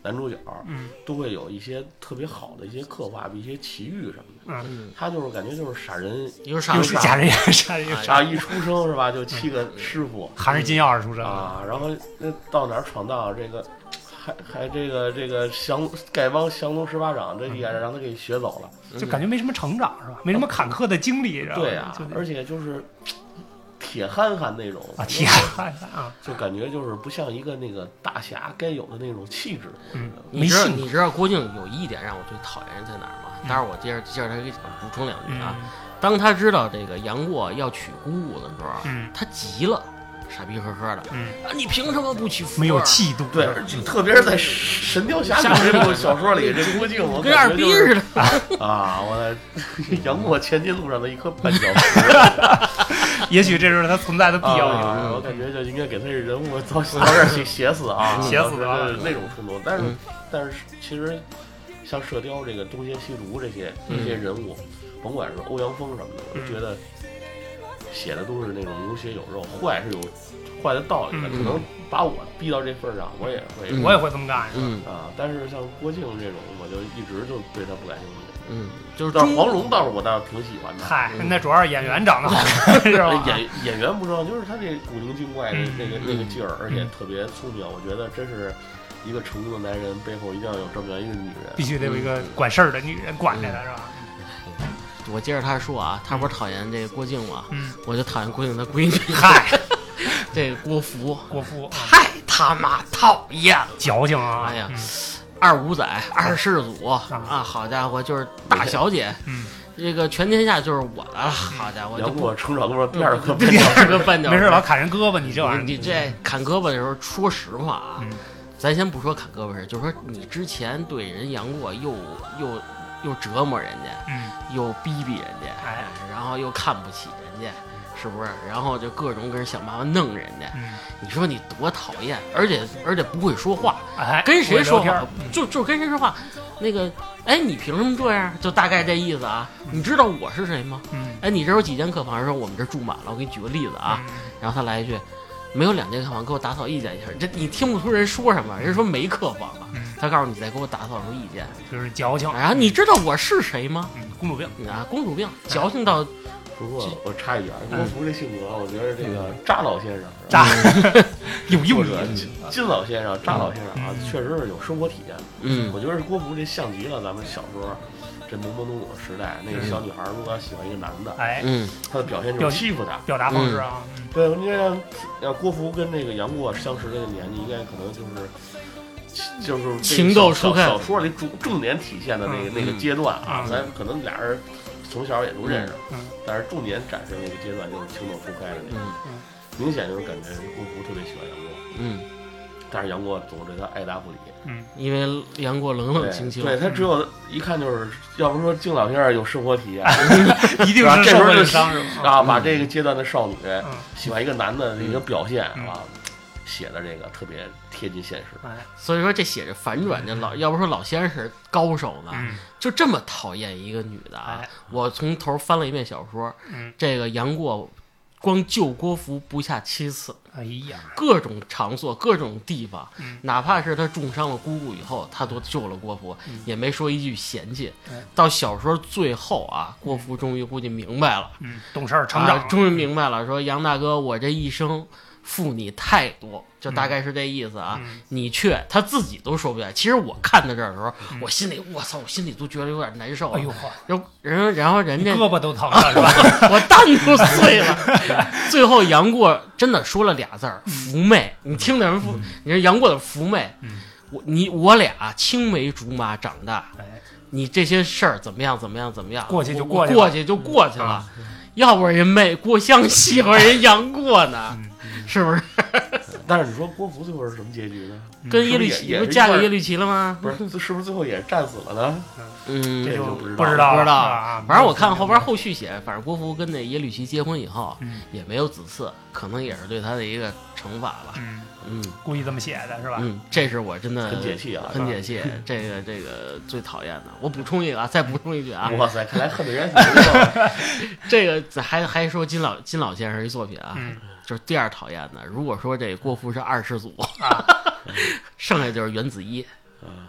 C: 男主角，
B: 嗯
C: 都会有一些特别好的一些刻画，一些奇遇什么的。
B: 嗯，
C: 他就是感觉就是傻人
A: 有啥
B: 又
A: 有
B: 是
A: 啥
B: 假人 假人，
A: 啊
C: 啊，一出生是吧，就七个师傅
B: 含着金钥匙出生的，
C: 啊，然后那到哪儿闯荡这个。还还这个这个降丐帮降龙十八掌，这也
B: 嗯
C: 让他给学走了。
B: 就感觉没什么成长是吧？没什么坎坷的经历，然后
C: 对啊
B: 就，
C: 而且就是铁憨憨那种
B: 啊天
A: 哎
B: 啊，
C: 就感觉就是不像一个那个大侠该有的那种气质。我
A: 嗯
C: 觉得
A: 你知道
B: 没信
A: 你知道郭靖有一点让我最讨厌人在哪儿吗？待会儿我接着接着他给你补充两句啊。
B: 嗯
A: 当他知道这个杨过要娶姑姑的时候，啊
B: 嗯
A: 他急了，傻逼呵呵的，
B: 嗯，
A: 啊，你凭什么不娶夫
B: 没有
A: 人？
B: 气度，
C: 对，而且特别是在《神雕 侠侣》这部小说 里，这郭靖我
A: 跟二
C: 感觉
A: 逼
C: 就
A: 似
C: 是
A: 的，
C: 啊，我在杨过前进路上的一颗绊脚石
B: 也许这是他存在的必要性。
C: 啊，我感觉就应该给他这人物早早点写 写死啊，
B: 写死啊
C: 就是那种冲动。但是
A: 嗯
C: 但是其实像射雕这个东邪西毒这些这些人物，甭管是欧阳锋什么的，我
B: 嗯
C: 就觉得写的都是那种有血有肉，坏是有坏的道理的，
B: 嗯
C: 可能把我逼到这份儿上，我也会
A: 嗯
B: 我也会这么干，是吧
A: 嗯
C: 啊。但是像郭靖这种，我就一直就对他不感兴趣。
A: 嗯，就是
C: 但是
A: 中
C: 黄蓉倒是我倒是挺喜欢的，
B: 嗨，
A: 嗯
B: 那主要是演员长得好看，是吧？
C: 哎演演员不重要，就是他这古灵精怪的
B: 嗯
C: 那个那个劲儿，而且特别聪明，我觉得真是一个成功的男人背后一定要有这么样一个女人。
B: 必须得有一
A: 嗯
B: 个管事儿的女人管着他，是吧？
A: 我接着他说啊，他不是讨厌这郭靖吗？
B: 嗯，
A: 我就讨厌郭靖的闺女，
B: 嗨，
A: 这郭芙
B: 郭芙
A: 太他妈讨厌了。
B: 矫情啊！
A: 哎呀
B: 嗯
A: 二五仔、二世祖啊，好家伙，就是大小姐，
B: 嗯，
A: 这个全天下就是我的了。好家伙，
C: 杨
A: 就
C: 过
A: 不
C: 成长过第二
B: 嗯
C: 个
A: 第二个绊脚石，
B: 没事老砍人胳膊，你这玩意儿，
A: 你你这砍胳膊的时候，说实话啊
B: 嗯，
A: 咱先不说砍胳膊事，就说你之前对人杨过又又又折磨人家，
B: 嗯，
A: 又逼逼人家，
B: 哎
A: 然后又看不起人家，是不是？然后就各种跟人想办法弄人家，
B: 嗯
A: 你说你多讨厌，而且而且不会说话，
B: 哎，
A: 跟谁说
B: 不会聊
A: 话
B: 天嗯
A: 就就跟谁说话，那个，哎，你凭什么这样？就大概这意思啊。你知道我是谁吗？
B: 嗯
A: 哎，你这有几间客房？说我们这住满了。我给你举个例子啊，，然后他来一句，没有两间客房，给我打扫意见一下。这你听不出人说什么，人家说没客房了
B: 嗯，
A: 他告诉你再给我打扫出意见。
B: 嗯就是矫情，
A: 然后哎你知道我是谁吗？
B: 嗯，公主病，
A: 啊，公主病，矫情到
C: 不过我插一句啊，郭芙这性格，我觉得这个扎老先生、
B: 嗯渣， 有嗯
C: 或
B: 用嗯
C: 者
B: 力，
C: 金金老先生、扎老先生啊，确实是有生活体验。
A: 嗯
C: 我觉得是郭芙这像极了咱们小时候这懵懵懂懂的时代，那个小女孩如果喜欢一个男的，
B: 嗯哎，
A: 嗯
C: 她的表现就是欺负他。
B: 表达方式啊，嗯
C: 对，应该让让郭芙跟那个杨过相识这个年纪，应该可能就是。就是这个
A: 情窦初
C: 小
A: 开
C: 小说里重重点体现的那个
B: 嗯
C: 那个阶段啊，
B: 嗯
C: 咱可能俩人从小也都认识
B: 嗯嗯，
C: 但是重点展示那个阶段就是情窦初开的那个，
A: 嗯
C: 明显就是感觉郭芙特别喜欢杨过，
A: 嗯，
C: 但是杨过总对他爱答不理，
B: 嗯，
A: 因为杨过冷冷清清，
C: 对他只有一看就是，要不说敬老先生有生活体验
B: 嗯一定
C: 然后
B: 是
C: 这
B: 受
C: 时候
B: 过
C: 就
B: 的伤是吧？
C: 啊，把这个阶段的少女
B: 嗯
C: 喜欢一个男的一个表现
B: 嗯
C: 啊，写的这个特别贴近现实。
B: 哎，
A: 所以说这写着反转，这老要不说老先生是高手呢，
B: 嗯
A: 就这么讨厌一个女的啊
B: 哎！
A: 我从头翻了一遍小说，
B: 嗯，
A: 这个杨过光救郭芙不下七次，
B: 哎呀，
A: 各种场所、各种地方，
B: 嗯
A: 哪怕是他重伤了姑姑以后，他都救了郭芙，
B: 嗯
A: 也没说一句嫌弃。
B: 哎
A: 到小说最后啊，郭芙终于估计明白了，
B: 嗯，懂事儿成长
A: 啊，，终于明白了，说杨大哥，我这一生负你太多，就大概是这意思啊。
B: 嗯
A: 你却他自己都说不来。其实我看到这儿的时候，我心里我操，我心里都觉得有点难受了。
B: 嗯哎呦呵，
A: 然后然后然后人
B: 你
A: 家
B: 胳膊都疼了是吧？
A: 我蛋都碎了。最后杨过真的说了俩字儿：
B: 嗯
A: 妩媚。你听着人妩，你说杨过的妩媚，
B: 嗯
A: 我你我俩青梅竹马长大，
B: 哎，
A: 你这些事儿怎么样怎么样怎么样，
B: 过去就
A: 我
B: 过去了啊
A: 过去就过去了。要不然人妹郭襄喜欢人杨过呢，
B: 嗯
A: 是不是？
C: 但是你说郭芙最后是什么结局呢？
B: 嗯
A: 跟耶律
C: 嗯是不是
A: 齐
C: 也也
A: 不
C: 是
A: 嫁
C: 一块
A: 给
C: 儿
A: 耶律齐了吗？
C: 不是，是不是最后也战死了呢？
A: 嗯，
B: 这
C: 就
B: 就
C: 不知道
B: 不知
A: 不
B: 道
A: 知
B: 了
A: 道
B: 啊。
A: 反正我看后边后续写，反正郭芙跟那耶律齐结婚以后
B: 嗯
A: 也没有子嗣，可能也是对他的一个惩罚吧。
B: 嗯，
A: 嗯
B: 故意这么写的是吧？
A: 嗯，这是我真的
C: 很解气啊！
A: 很解气。这个这个最讨厌的，我补充一个啊，再补充一句啊，
B: 嗯
C: 哇塞，看来恨的人挺多的。
A: 这个咱还还说金老金老先生一作品啊，
B: 嗯
A: 就是第二讨厌的。如果说这郭芙是二世祖，
B: 啊
A: 剩下就是袁子一。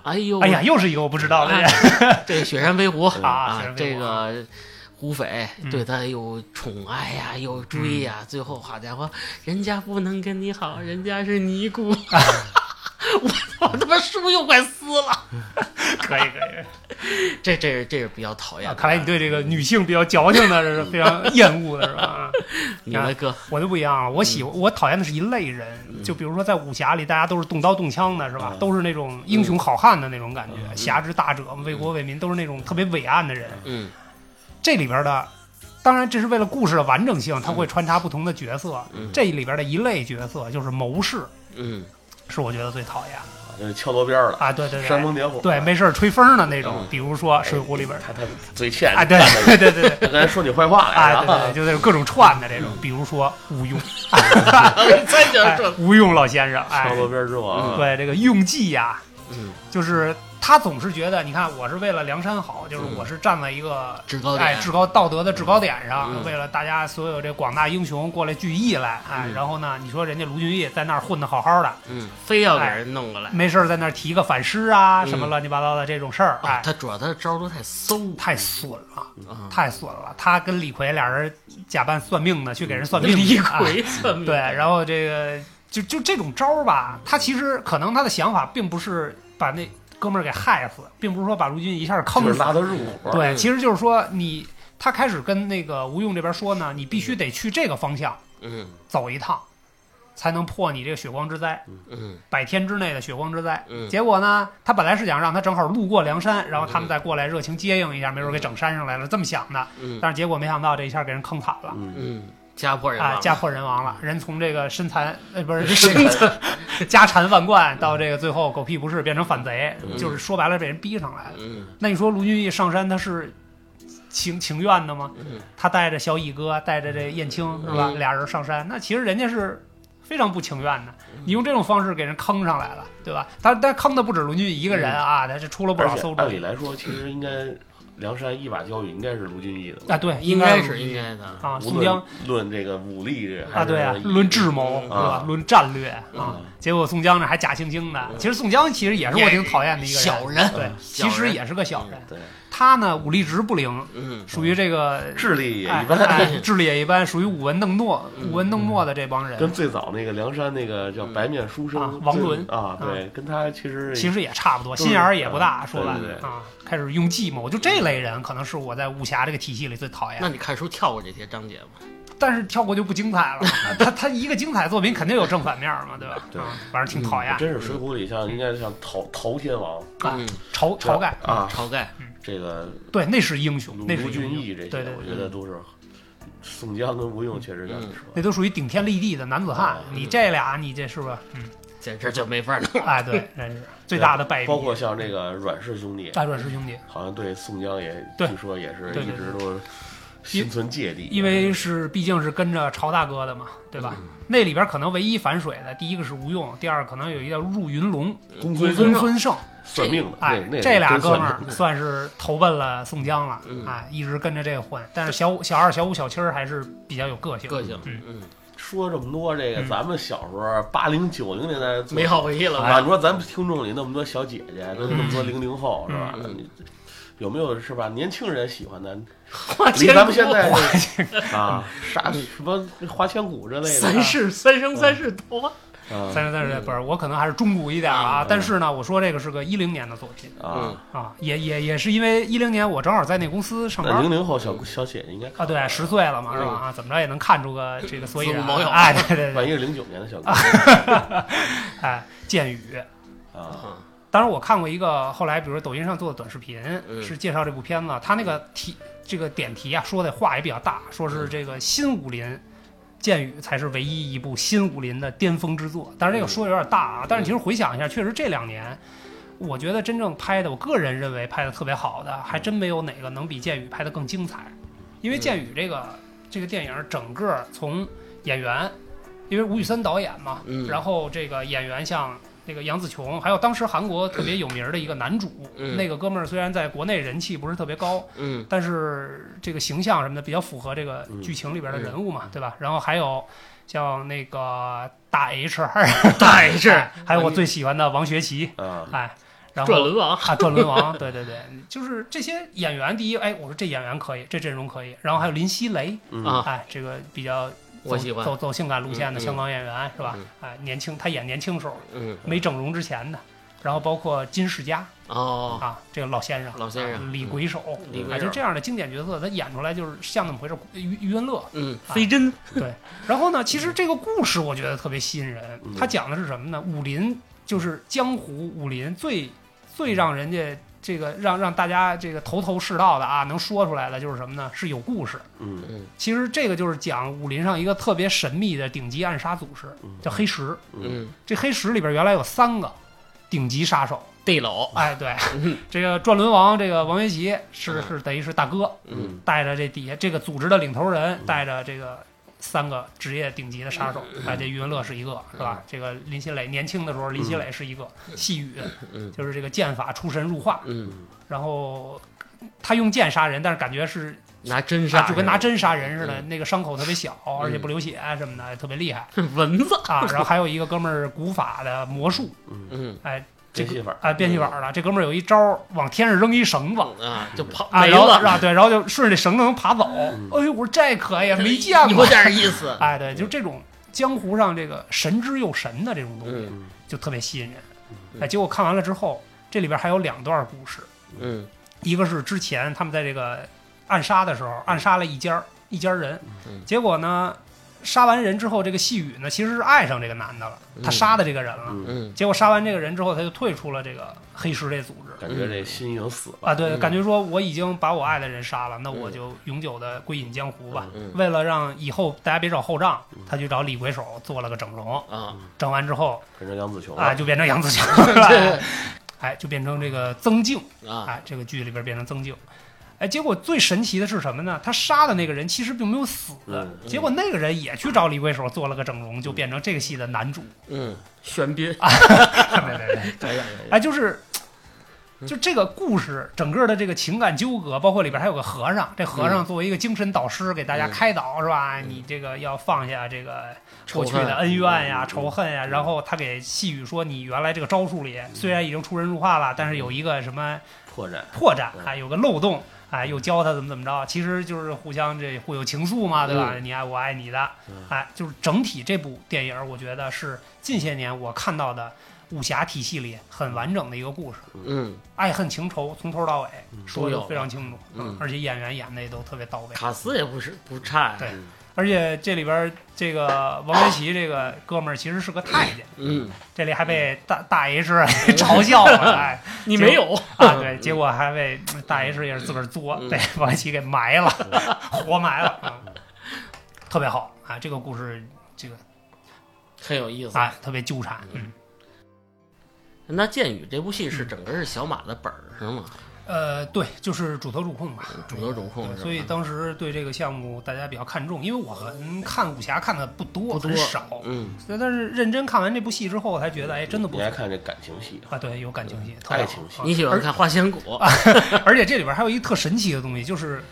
A: 哎呦，
B: 哎呀，又是一个我不知道的
A: 哎
B: 人，
A: 这个雪山飞狐
B: 啊雪山飞
A: 这
B: 狐
A: 个胡斐
B: 嗯
A: 对他又宠爱呀，又追呀，最后好家伙，人家不能跟你好，人家是尼 姑， 我我他妈书又快撕了，
B: 可以可以。
A: 这这是这是比较讨厌
B: 啊，
A: 的。
B: 看来你对这个女性比较矫情的，这是非常厌恶的，是吧？啊
A: 你的哥，
B: 我就不一样了，我喜
A: 嗯
B: 欢我讨厌的是一类人，就比如说在武侠里，大家都是动刀动枪的，是吧？
A: 啊
C: 嗯
B: 都是那种英雄好汉的那种感觉，侠之大者，为国为民，都是那种特别伟岸的人。
A: 嗯
B: 这里边的，当然这是为了故事的完整性，它会穿插不同的角色。
A: 嗯
B: 这里边的一类角色就是谋士，
A: 嗯
B: 是我觉得最讨厌的
C: 就是敲锣边儿了，
B: 啊！对对
C: 煽
B: 对，
C: 风点火。
B: 对，没事儿吹风的那种
A: 嗯，哎
B: 比如说《水浒》里边，
C: 他他嘴欠
B: 啊，对对对 对。
C: 他刚才说你坏话来
B: 啊，
C: 着
B: 对对，对，就是各种串的这种，比如说 吴用，
A: 再
B: 哎
A: 讲这，
B: 吴用老先生，哎
C: 敲，锣边儿之啊王。
B: 对这个用计呀，
A: 嗯，
B: 就是他总是觉得，你看我是为了梁山好，就是
A: 嗯
B: 我是站在一个
A: 制高
B: 哎
A: 点，
B: 至高道德的制高点
A: 嗯
B: 上，为了大家所有这广大英雄过来聚义来，哎，
A: 嗯
B: 然后呢，你说人家卢俊义在那儿混得好好的，
A: 嗯，非要
B: 哎
A: 给人弄过来。
B: 没事儿在那儿提个反诗啊，
A: 嗯
B: 什么乱七八糟的这种事儿，
A: 啊
B: 哎，
A: 他主要他的招儿都太馊，
B: 太损了，
A: 啊
B: 太损了。他跟李逵俩人假扮算命的去给人算命，
A: 李
B: 哎
A: 嗯逵算命，
B: 对，然后这个就就这种招儿吧，他其实可能他的想法并不是把那哥们儿给害死，并不是说把卢俊义一下儿坑
C: 就是
B: 死，
C: 拉他入伙。
B: 对，
A: 嗯
B: 其实就是说你他开始跟那个吴用这边说呢，你必须得去这个方向
A: 嗯
B: 走一趟，才能破你这个血光之灾，
A: 嗯
B: 百天之内的血光之灾。
A: 嗯
B: 结果呢，他本来是想让他正好路过梁山，然后他们再过来热情接应一下，没准给整山上来了，这么想的。
A: 嗯
B: 但是结果没想到这一下给人坑惨了。
C: 嗯，
A: 嗯，家破人
B: 啊，
A: 亡，
B: 家破人亡了，人从这个身残呃 不是身残家产万贯，到这个最后狗屁不是变成反贼，
C: 嗯
B: 就是说白了被人逼上来了。
A: 嗯
B: 那你说卢俊义上山他是情情愿的吗？
A: 嗯
B: 他带着小乙哥，带着这燕青是吧？
A: 嗯
B: 俩人上山，那其实人家是非常不情愿的。
C: 嗯
B: 你用这种方式给人坑上来了，对吧？他但坑的不止卢俊义一个人啊，他是出了不
C: 嗯
B: 少馊
C: 而
B: 主
C: 且按理
B: 意
C: 来说，其实应该梁山一把交椅应该是卢俊义的吧
B: 啊。对，
A: 应
B: 该
A: 该是应该的，
B: 啊，
C: 无
B: 宋江
C: 论论这个武力
B: 啊，对啊
C: 啊，，
B: 论智谋
A: 嗯
B: 是吧
C: 啊？
B: 论战略啊
C: 嗯，
B: 结果宋江呢还假惺惺的。其实宋江其实也是我挺讨厌的一个人，
A: 小人，
C: 嗯
B: 对，
A: 小
B: 其
A: 人
B: 实也是个小人。
C: 对，
B: 他呢武力值不灵，
A: 嗯
B: 属于这个
C: 嗯智力也
B: 哎
C: 一般，嗯
B: 哎智力也一般，属于舞文弄墨、舞文弄墨的这帮
C: 跟
B: 人，
C: 最早那个梁山那个叫白面书
B: 啊
C: 生
B: 王
C: 最
B: 伦
C: 啊，对，跟他其实
B: 其实也差不多，
C: 都
B: 心眼儿也不大。
C: 嗯
B: 说白
C: 对对
B: 了
C: 对
B: 啊，开始用计谋，就这类人可能是我在武侠这个体系里最讨厌
A: 那
B: 的。
A: 你看书跳过这些章节吗？
B: 但是跳过就不精彩了， 他他一个精彩作品肯定有正反面嘛，对吧？
C: 对嗯
B: 啊，反正挺讨厌
C: 真是《水浒》里像应该像陶陶天王
B: 啊
A: 嗯，
B: 晁晁盖，
C: 啊，
A: 晁盖，
B: 嗯
C: 这个
B: 对，那是英雄
C: 卢，
B: 那是
C: 卢
B: 英
C: 俊
B: 雄
C: 义这
B: 对
C: 些
B: 对，嗯
C: 我
B: 对
C: 觉得都是宋江跟吴用确实让你说，
B: 那都属于顶天立地的男子汉
C: 啊。
B: 你这俩，你这是 不是？嗯，
A: 简直就没法弄。
B: 哎，对，真是最大的败笔
C: 包。括像这个阮氏兄弟，
B: 大转师兄弟，
C: 好像对宋江也
B: 对
C: 据说也是
B: 对
C: 一
B: 对
C: 直都心存芥蒂，
B: 因为是毕竟是跟着晁大哥的嘛，对吧？
C: 嗯
B: 那里边可能唯一反水的，第一个是吴用，第二可能有一个叫入云龙、
C: 公
B: 公
C: 孙
B: 孙
C: 胜
B: 孙胜，
C: 算命的，
B: 哎
C: 那那，
B: 这俩
C: 真
B: 哥
C: 算
B: 们儿算是投奔了宋江了，
A: 嗯
B: 哎，一直跟着这个混。但是小五、小二、小五、小七儿还是比较有个性，
A: 个性，
B: 嗯
A: 嗯，
C: 说这么多，这个
B: 嗯
C: 咱们小时候八零九零年代做
A: 没好回忆了
C: 啊！
A: 吧？
C: 你说咱们听众里那么多小姐姐，都那么多零零后是吧
A: 嗯？
C: 你有没有是吧？年轻人喜 欢的，
A: 花
C: 离
A: 千
C: 咱
A: 骨
C: 们现在这 啊啥什么花千骨之类
A: 三
C: 的
A: 世三生三世多了，
C: 啊
B: 三十三十不是，我可能还是中古一点啊。
C: 嗯
B: 但是呢，我说这个是个一零年的作品，
A: 嗯
C: 啊！
B: 啊，也也也是因为一零年我正好在那公司上
C: 那
B: 班
C: 零零后小小姐姐应该
B: 啊，
C: 看
B: 对，十岁了嘛，是吧？啊，怎么着也能看出个这个所以
A: 子
B: 然
A: 午卯酉
B: 哎，对对
C: 万
B: 对，
C: 一是零九年的小姑
A: 啊
B: 哎，剑雨。
C: 娘啊，
A: 啊
B: 当然，我看过一个后来，比如抖音上做的短视频，
A: 嗯
B: 是介绍这部片子，它那个题这个点题啊，说的话也比较大，说
A: 嗯
B: 是这个新武林。剑雨才是唯一一部新武林的巅峰之作，当然这个说的有点
A: 嗯
B: 大啊。但是其实回想一下，确实这两年，我觉得真正拍的，我个人认为拍的特别好的，还真没有哪个能比剑雨拍的更精彩。因为
A: 嗯
B: 剑雨这个这个电影整个从演员，因为吴宇森导演嘛，
A: 嗯
B: 然后这个演员像那个杨紫琼，还有当时韩国特别有名儿的一个男主，
A: 嗯
B: 那个哥们儿虽然在国内人气不是特别高，
A: 嗯
B: 但是这个形象什么的比较符合这个剧情里边的
A: 嗯
B: 人物嘛，对吧？然后还有像那个大 H，大 H，还有我最喜欢的王学圻，
C: 啊，
B: 哎，然后
A: 哎转轮王，
B: 啊，转轮王，对对对，就是这些演员。第一，哎，我说这演员可以，这阵容可以。然后还有林熙蕾，
C: 嗯
A: 啊
B: 哎，这个比较走
A: 我喜欢
B: 走走性感路线的
A: 嗯嗯
B: 香港演员是吧
A: 嗯？
B: 哎，年轻，他演年轻时候
A: 嗯
B: 没整容之前的。然后包括金世佳
A: 哦，
B: 啊，这个老先生，
A: 老先生
B: 啊李
A: 嗯
B: 鬼手，
A: 李鬼
B: 啊，
A: 手
B: 就这样的经典角色，他演出来就是像那么回事儿。余余文乐，
A: 嗯，
B: 啊
A: 飞针，
B: 对，然后呢，其实这个故事我觉得特别吸引人。
C: 嗯
B: 它讲的是什么呢？武林就是江湖武林最最让人家这个让让大家这个头头是道的啊，能说出来的就是什么呢？是有故事。
C: 嗯
A: 嗯
B: 其实这个就是讲武林上一个特别神秘的顶级暗杀组织，
C: 嗯
B: 叫黑石。
C: 嗯
A: 嗯，
B: 这黑石里边原来有三个顶级杀手。
A: 地老，
B: 哎，对
A: 嗯，
B: 这个转轮王，这个王学圻是是等于是大哥，
A: 嗯
B: 带着这底下这个组织的领头人，带着这个三个职业顶级的杀手，哎，这余文乐是一个，是吧？这个林心磊年轻的时候，林心磊是一个，细雨
A: 嗯
B: 就是这个剑法出神入化，
A: 嗯，
B: 然后他用剑杀人，但是感觉是
A: 拿针
B: 啊
A: 杀，嗯
B: 就跟拿针杀人似的，那个伤口特别小，而且不流血啊什么的，特别厉害
A: 蚊子，
B: 啊。然后还有一个哥们儿古法的魔术，
C: 嗯，
A: 嗯
B: 哎，这
C: 这
B: 个
C: 戏法
B: 哎变戏法了，这哥们儿有一招儿往天上扔一绳子。
A: 啊，就跑
B: 啊，
A: 没
B: 然后
A: 了，嗯
B: 啊，对，然后就顺着这绳子能爬走。哎呦，我说这可以，没见
A: 有
B: 过。啊
A: 点意思，
B: 哎，对，就这种江湖上这个神之又神的这种东西，
A: 嗯
B: 就特别吸引人。
A: 嗯
B: 哎，结果看完了之后，这里边还有两段故事，
A: 嗯
B: 一个是之前他们在这个暗杀的时候暗杀了一家儿一家人
A: 嗯，
B: 结果呢，杀完人之后，这个细雨呢其实是爱上这个男的了，他
A: 嗯
B: 杀的这个人了。
C: 嗯，
A: 嗯
B: 结果杀完这个人之后，他就退出了这个黑石这组织。
C: 感觉这心已经死了。
B: 啊，对，
A: 嗯
B: 感觉说我已经把我爱的人杀了，那我
A: 嗯
B: 就永久的归隐江湖吧。
A: 嗯
B: 为了让以后大家别找后账
C: 嗯，
B: 他去找李鬼手做了个整容，
A: 啊，
B: 整完之后
C: 变成杨紫
A: 哦
C: 琼
B: 啊，
C: 了，
B: 就变成杨紫 琼了，哎，就变成这个曾静，
A: 啊，
B: 哎，这个剧里边变成曾静。哎，结果最神奇的是什么呢？他杀的那个人其实并没有死，
C: 嗯
B: 结果那个人也去找李鬼手做了个整容，就变成这个戏的 男主。
A: 嗯，玄彬，
B: 啊没没没
A: 哎呀哎呀
B: 哎，就是，就这个故事整个的这个情感纠葛，包括里边还有个和尚，这和尚作为一个精神导师给大家开导、是吧？
A: 嗯
B: 你这个要放下这个
A: 仇
B: 过去的
A: 恨
B: 恩怨呀、
C: 嗯
B: 仇恨呀，
C: 嗯
B: 然后他给细雨说，你原来这个招数里虽然已经出神入化了，但是有一个什么
C: 破绽。
B: 破绽
C: 嗯
B: 啊，有个漏洞。哎，又教他怎么怎么着，其实就是互相这互有情愫
A: 嗯
B: 嘛，对吧？你爱我爱你的
C: 嗯，
B: 哎，就是整体这部电影，我觉得是近些年我看到的武侠体系里很完整的一个故事，
A: 嗯，
B: 爱恨情仇从头到尾
C: 嗯
B: 说
A: 都
B: 的
A: 有
B: 非常清楚，
A: 嗯
B: 而且演员演的也都特别到位，
A: 卡斯也不是不差呀，
B: 对而且这里边这个王学圻这个哥们儿其实是个太监，
A: 嗯，
B: 这里还被大 大 H 嘲笑了，哎，
A: 你没有，
B: 啊，对，结果还被大 H 也是自个儿作，
A: 嗯
B: 被王一奇给埋了， 活埋了，啊特别好啊！这个故事，这个
A: 很有意思。
B: 啊，特别纠缠，嗯，
A: 那剑雨这部戏是整个是小马的本儿是吗？
B: 呃，对，就是主投主控吧，
A: 嗯主投主控
B: 对
A: 是吧
B: 所以当时对这个项目大家比较看重，因为我们看武侠看的不多，
A: 不多
B: 很少，
A: 嗯
B: 所以但是认真看完这部戏之后，才觉得哎，真的不
C: 你
B: 错
C: 还看这感情戏，
B: 啊，对，有感
A: 嗯
B: 情戏，特别
C: 爱
B: 好
C: 情戏
B: 啊，
A: 你喜欢看花千骨？
B: 而且这里边还有一特神奇的东西，就是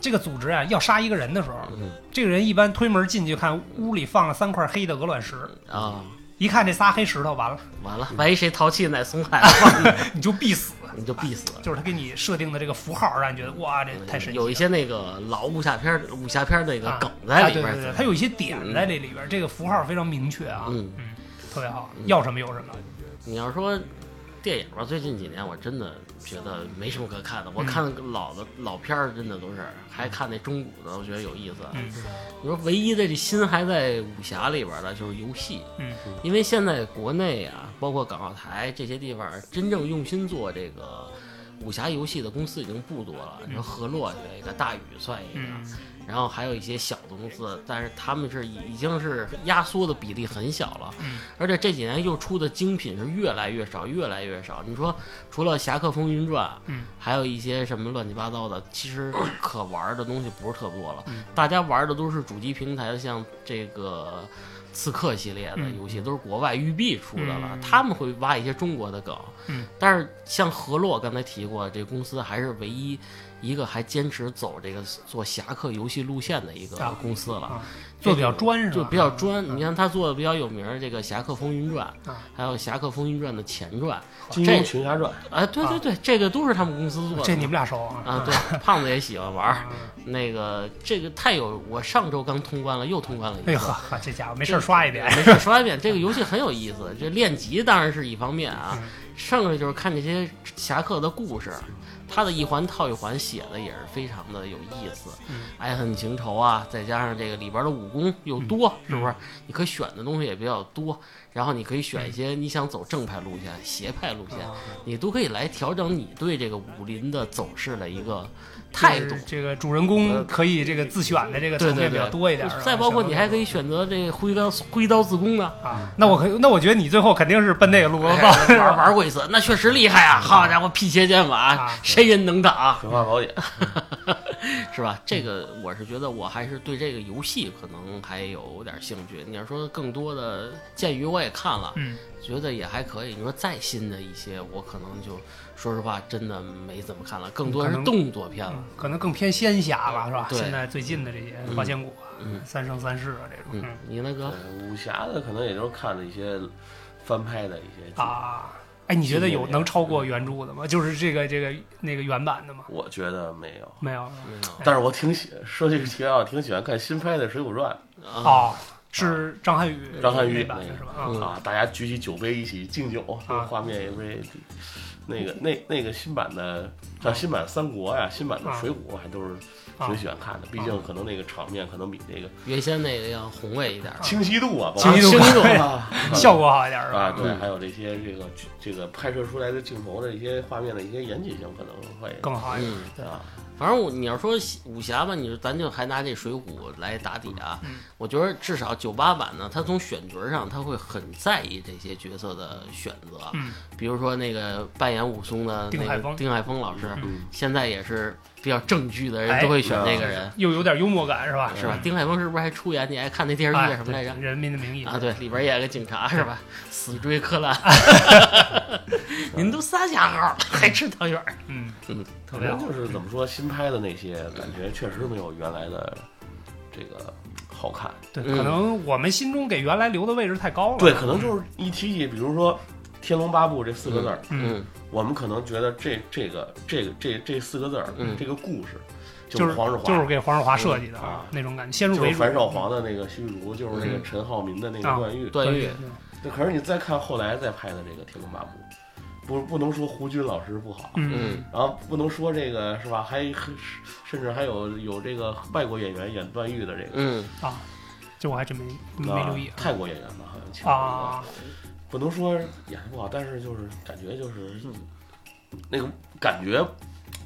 B: 这个组织啊，要杀一个人的时候，
A: 嗯
B: 这个人一般推门进去看，屋里放了三块黑的鹅卵石，
A: 啊，
B: 一看这仨黑石头，完了
A: 完了，万一谁淘气奶松开了，
B: 你就必死。
A: 你就必死。
B: 就是他给你设定的这个符号，让你觉得哇，这太神奇了。
A: 嗯有一些那个老武侠片儿、武侠片儿那个
B: 啊
A: 梗在里边
B: 啊
A: 儿
B: 对对对，它有一些点在这里边，这个符号非常明确啊，
A: 嗯
B: 特别好，要什么有什么。
A: 你要说电影吧，最近几年我真的觉得没什么可看的。
B: 嗯
A: 我看老的老片儿，真的都是，还看那中古的，我觉得有意思。
B: 嗯
A: 你说唯一的这心还在武侠里边儿的，就是游戏。
B: 嗯，
A: 因为现在国内啊，包括港澳台这些地方，真正用心做这个武侠游戏的公司已经不多了。你说河洛有一个，大宇算一个，
B: 嗯
A: 然后还有一些小的公司，但是他们是已已经是压缩的比例很小了，
B: 嗯
A: 而且这几年又出的精品是越来越少，越来越少。你说除了《侠客风云传》，
B: 嗯，
A: 还有一些什么乱七八糟的，其实可玩的东西不是特多了，
B: 嗯
A: 大家玩的都是主机平台的，像这个。刺客系列的
B: 嗯
A: 游戏都是国外育碧出的了，
B: 嗯
A: 他们会挖一些中国的梗，
B: 嗯
A: 但是像河洛刚才提过，这公司还是唯一一个还坚持走这个做侠客游戏路线的一个
B: 啊
A: 公司了，
B: 啊做得比较专是吧？
A: 就比较专。
B: 嗯
A: 你看他做的比较有名儿，这个《侠客风云传》
B: 啊，
A: 还有《侠客风云传》的前传，
C: 《金庸群侠传》
A: 哎，对对对，这个都是他们公司做的。
B: 啊这你们啊俩熟啊？
A: 啊， 对，胖子也喜欢玩儿。那个这个太有，我上周刚通关了，又通关了一次。
B: 哎呦呵，呵这家伙没事儿刷一遍。
A: 没事，说一遍，这个游戏很有意思。这练级当然是一方面啊
B: 嗯，
A: 剩下就是看这些侠客的故事，他的一环套一环写的也是非常的有意思
B: 嗯，
A: 爱恨情仇啊，再加上这个里边的武功又
B: 嗯
A: 多，是不是？你可选的东西也比较多，然后你可以选
B: 嗯
A: 一些你想走正派路线、邪派路线，
B: 哦
A: 你都可以来调整你对这个武林的走势的一个态度
B: 就是。这个主人公可以这个自选的这个
A: 呃对
B: 层
A: 对
B: 面比较
A: 对，
B: 多一点。啊是吧
A: 再包括你还可以选择这个挥刀挥刀自宫啊，
B: 啊，那我可那我觉得你最后肯定是奔那个路子
A: 哎 玩玩过一次，那确实厉害啊！好家伙，辟邪剑法
B: 啊，
A: 谁人能挡？
C: 《葵花宝典》
A: 是吧？这个我是觉得，我还是对这个游戏可能还有点兴趣。你要说更多的剑鱼，我也看了，
B: 嗯，
A: 觉得也还可以。你说再新的一些，我可能就说实话，真的没怎么看了，更多
B: 可
A: 是
B: 能
A: 动作片了。
B: 嗯可能更偏仙侠了，是吧？
A: 对
B: 现在最近的这些花千骨啊、
A: 嗯
B: 三生三世啊这种，
A: 嗯，你那
B: 啊
A: 个
C: 呃武侠的可能也就是看了一些翻拍的一些剧
B: 啊，哎，你觉得有能超过原著的吗？就是这个这个那个原版的吗？
C: 我觉得没有。
B: 没有是吧
A: 没有
C: 但是我挺喜，说句题外话，挺喜欢看新拍的《水浒传》，
A: 啊，
B: 哦，是张涵予
C: 张涵予
B: 那版
C: 那个
B: 是吧？
A: 嗯
B: 啊，
C: 啊，大家举起酒杯一起敬酒，这个
B: 啊嗯
C: 画面也会。那个那那个新版的，像新版《三国》呀，新版的《
B: 啊
C: 水浒》还都是
B: 啊
C: 挺喜欢看的，毕竟可能那个场面可能比那个
A: 原先那个要宏伟一点儿，
C: 清晰度啊，
B: 清晰度
C: 包括
B: 清晰度
C: 啊，
B: 嗯效果嗯好一点是
C: 啊，
B: 吧？
C: 对，还有这些这个这个拍摄出来的镜头的一些画面的一些严谨性可能会
B: 更好一点。
A: 嗯，
B: 对
C: 啊，
A: 反正我你要说武侠吧，你说咱就还拿这水浒来打底啊。
B: 嗯
A: 我觉得至少九八版呢，他从选角上他会很在意这些角色的选择，
B: 嗯，
A: 比如说那个扮演武松的那个
B: 丁海峰
A: 丁海峰老师，
C: 嗯
A: 现在也是比较正剧的人
B: 哎嗯
A: 都会选这个人，嗯
B: 又有点幽默感是吧？
A: 是吧？丁海峰是不是还出演你爱看那电视剧
B: 哎
A: 叫什么来着
B: 对？人民的名义
A: 啊，对，里边演个警察是吧？死追柯 南，您都三下号了还吃汤圆儿？
B: 嗯，
A: 嗯，
B: 特
C: 可
B: 别
C: 能
B: 好。
C: 就是怎么说，新拍的那些感觉确实没有原来的这个好看。
B: 对，
A: 嗯
B: 可能我们心中给原来留的位置太高了。
C: 对，可能就是一提起，比如说《天龙八部》这四个字儿，
B: 嗯，
A: 嗯
C: 我们可能觉得这这个这个这这四个字儿，
A: 嗯
C: 这个故事
B: 就是
C: 黄日华，
B: 就是给黄日华设计的
C: 啊
B: 那种感觉，先入
C: 就
B: 为
C: 是
B: 主。
C: 樊少皇的那个虚竹，就是那个
A: 嗯
C: 陈浩民的那个
B: 啊
C: 段誉。
A: 段誉
B: 对，对
C: 那可是你再看后来再拍的这个《天龙八部》，不不能说胡军老师不好，
B: 嗯，
A: 嗯，
C: 然后不能说这个是吧？还还甚至还有有这个外国演员演段誉的这个。
A: 嗯，
B: 啊，这我还真没没
C: 啊
B: 留意
C: 泰国演员吧，好像请
B: 啊
C: 了一个
B: 啊，
C: 不能说演的不好，但是就是感觉就是那个感觉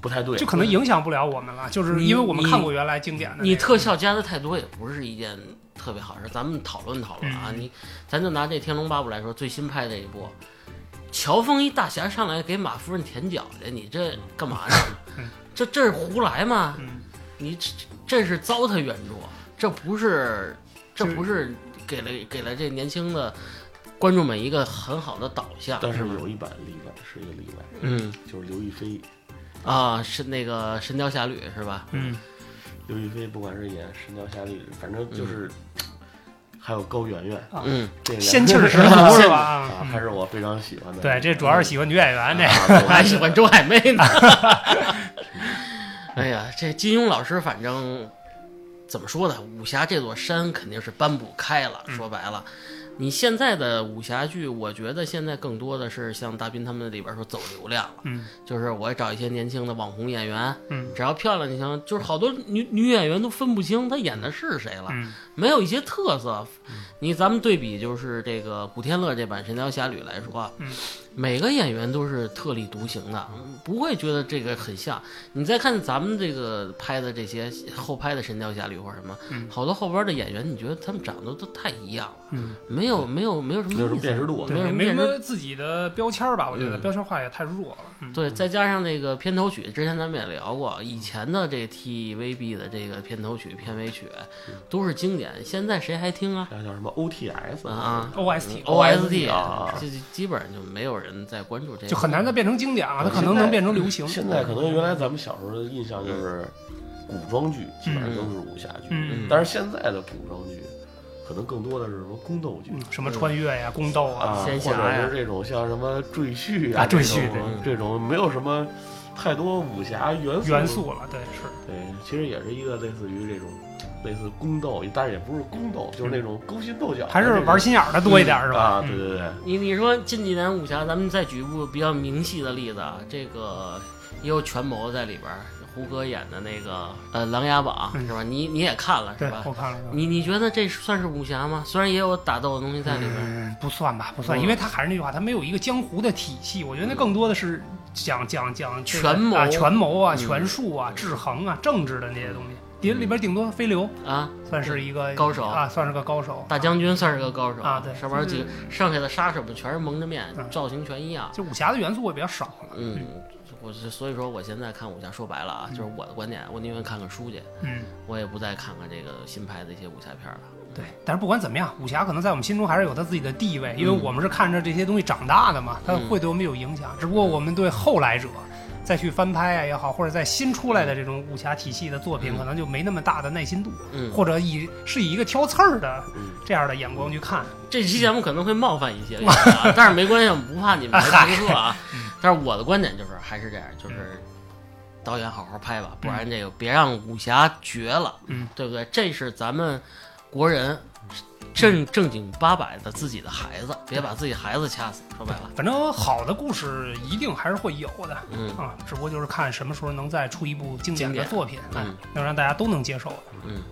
C: 不太对，
B: 就可能影响不了我们了，就是因为我们
A: 你
B: 看过原来经典的那个。
A: 你特效加的太多也不是一件特别好事，咱们讨论讨论啊。
B: 嗯
A: 你咱就拿这《天龙八部》来说，最新拍这一部，乔峰一大侠上来给马夫人舔脚去，你这干嘛呢
B: 嗯？
A: 这这是胡来吗？
B: 嗯，
A: 你这这是糟蹋原著，啊这不是这
B: 就是
A: 不是给了给了这年轻的观众们一个很好的导向。
C: 但是有一版例外是一个例外，
A: 嗯
C: 就是刘亦菲，
A: 啊，是那个《神雕侠侣》是吧？
B: 嗯，
C: 刘亦菲不管是演《神雕侠侣》，反正就是、还有高圆圆，
B: 啊
A: 嗯，
C: 这两个
B: 仙气儿十足是吧？啊
C: 啊，还是我非常喜欢的。
B: 对，这主要是喜欢女演员这。
C: 啊
A: 我还喜欢周海媚 呢。哎呀，这金庸老师反正怎么说呢？武侠这座山肯定是搬不开了。
B: 嗯
A: 说白了，你现在的武侠剧，我觉得现在更多的是像大斌他们里边说走流量了，
B: 嗯
A: 就是我找一些年轻的网红演员，
B: 嗯
A: 只要漂亮就行。就是好多女女演员都分不清她演的是谁了。
B: 嗯
A: 没有一些特色。
C: 嗯
A: 你咱们对比就是这个古天乐这版《神雕侠侣》来说，啊
B: 嗯
A: 每个演员都是特立独行的，不会觉得这个很像。你再看咱们这个拍的这些后拍的《神雕侠侣》或者什么，
B: 嗯
A: 好多后边的演员，你觉得他们长得都太一样了，
B: 嗯，
A: 没有没有没有什么
C: 没有什么
A: 意思
C: 辨识度
A: 没有
B: 对，
A: 什么
B: 没什
A: 辨识
B: 么自己的标签儿吧？我觉得
A: 嗯
B: 标签化也太弱了。嗯
A: 对，再加上那个片头曲，之前咱们也聊过，以前的这 TVB 的这个片头曲、片尾曲
C: 嗯
A: 都是经典，现在谁还听啊？
C: 还有叫什么 OTS
A: 啊，
C: 嗯
B: ，OST
A: OST
C: 啊
A: 这就基本上就没有人在关注这个，
B: 就很难再变成经典了，它可
C: 现
B: 能
C: 在
B: 能变成流行。
C: 现在可能原来咱们小时候的印象就是古装剧，基本上都是武侠剧，
B: 嗯
C: 但是现在的古装剧可能更多的是什么宫斗剧。
B: 嗯什么穿越呀、宫斗啊，
C: 啊，
A: 仙
C: 或
A: 侠
C: 者
A: 呀
C: 是这种像什么赘婿
B: 啊
C: 这
B: 赘
C: 种
B: 婿
C: 这种没有什么太多武侠元素
B: 元，素了，对，是
C: 对，其实也是一个类似于这种类似宫斗，但是也不是宫斗，就是那种勾心斗角的
B: 嗯
C: 那种，嗯
B: 还是玩心眼儿的多一点儿是吧嗯
C: 啊，？对对对，
A: 你你说近几年武侠，咱们再举一部比较明细的例子啊，这个也有权谋在里边儿，胡歌演的那个呃《琅琊榜》
B: 嗯
A: 是吧？你你也看了是
B: 对
A: 吧，？
B: 我看了。嗯
A: 你你觉得这算是武侠吗？虽然也有打斗的东西在里边儿，
B: 嗯，不算吧，不算，
A: 嗯
B: 因为它还是那句话，它没有一个江湖的体系。我觉得那更多的是讲讲讲这个
A: 权谋
B: 啊、权谋啊、
A: 嗯
B: 权术啊、制衡啊、政治的那些东西。里里边顶多飞流
A: 啊，
B: 算是一个
A: 高手
B: 啊，算是个高手。
A: 大将军算是个高手
B: 啊对
A: 上边有几个剩下的杀手们全是蒙着面，
B: 嗯
A: 造型全一样，
B: 就武侠的元素会比较少了。
A: 嗯。我是所以说，我现在看武侠，说白了啊，就是我的观点，我宁愿看看书去，
B: 嗯，
A: 我也不再看看这个新拍的一些武侠片儿了。
B: 对。但是不管怎么样，武侠可能在我们心中还是有它自己的地位，因为我们是看着这些东西长大的嘛，它
A: 嗯
B: 会对我们有影响。只不过我们对后来者。再去翻拍啊也好，或者在新出来的这种武侠体系的作品，
A: 嗯
B: 可能就没那么大的耐心度。
A: 嗯，
B: 或者以是以一个挑刺儿的
C: 嗯，
B: 这样的眼光去看，
A: 这期节目可能会冒犯一些人 啊，但是没关系，我们不怕你们来评测啊。
B: 嗯
A: 但是我的观点就是还是这样，就是导演好好拍吧，不然这个别让武侠绝了，
B: 嗯
A: 对不对？这是咱们国人正
B: 嗯
A: 正经八百的自己的孩子，别把自己孩子掐死。说白了，
B: 反正好的故事一定还是会有的
A: 嗯
B: 啊，只不过就是看什么时候能再出一部经典
A: 经
B: 的
A: 典
B: 作品，哎
A: 嗯，
B: 能让大家都能接受的。
A: 嗯，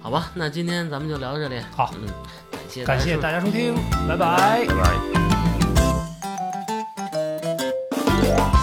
A: 好吧，那今天咱们就聊到这里。
B: 好，
A: 嗯，感谢
B: 感谢
A: 收
B: 大家收听，拜拜
C: 拜拜。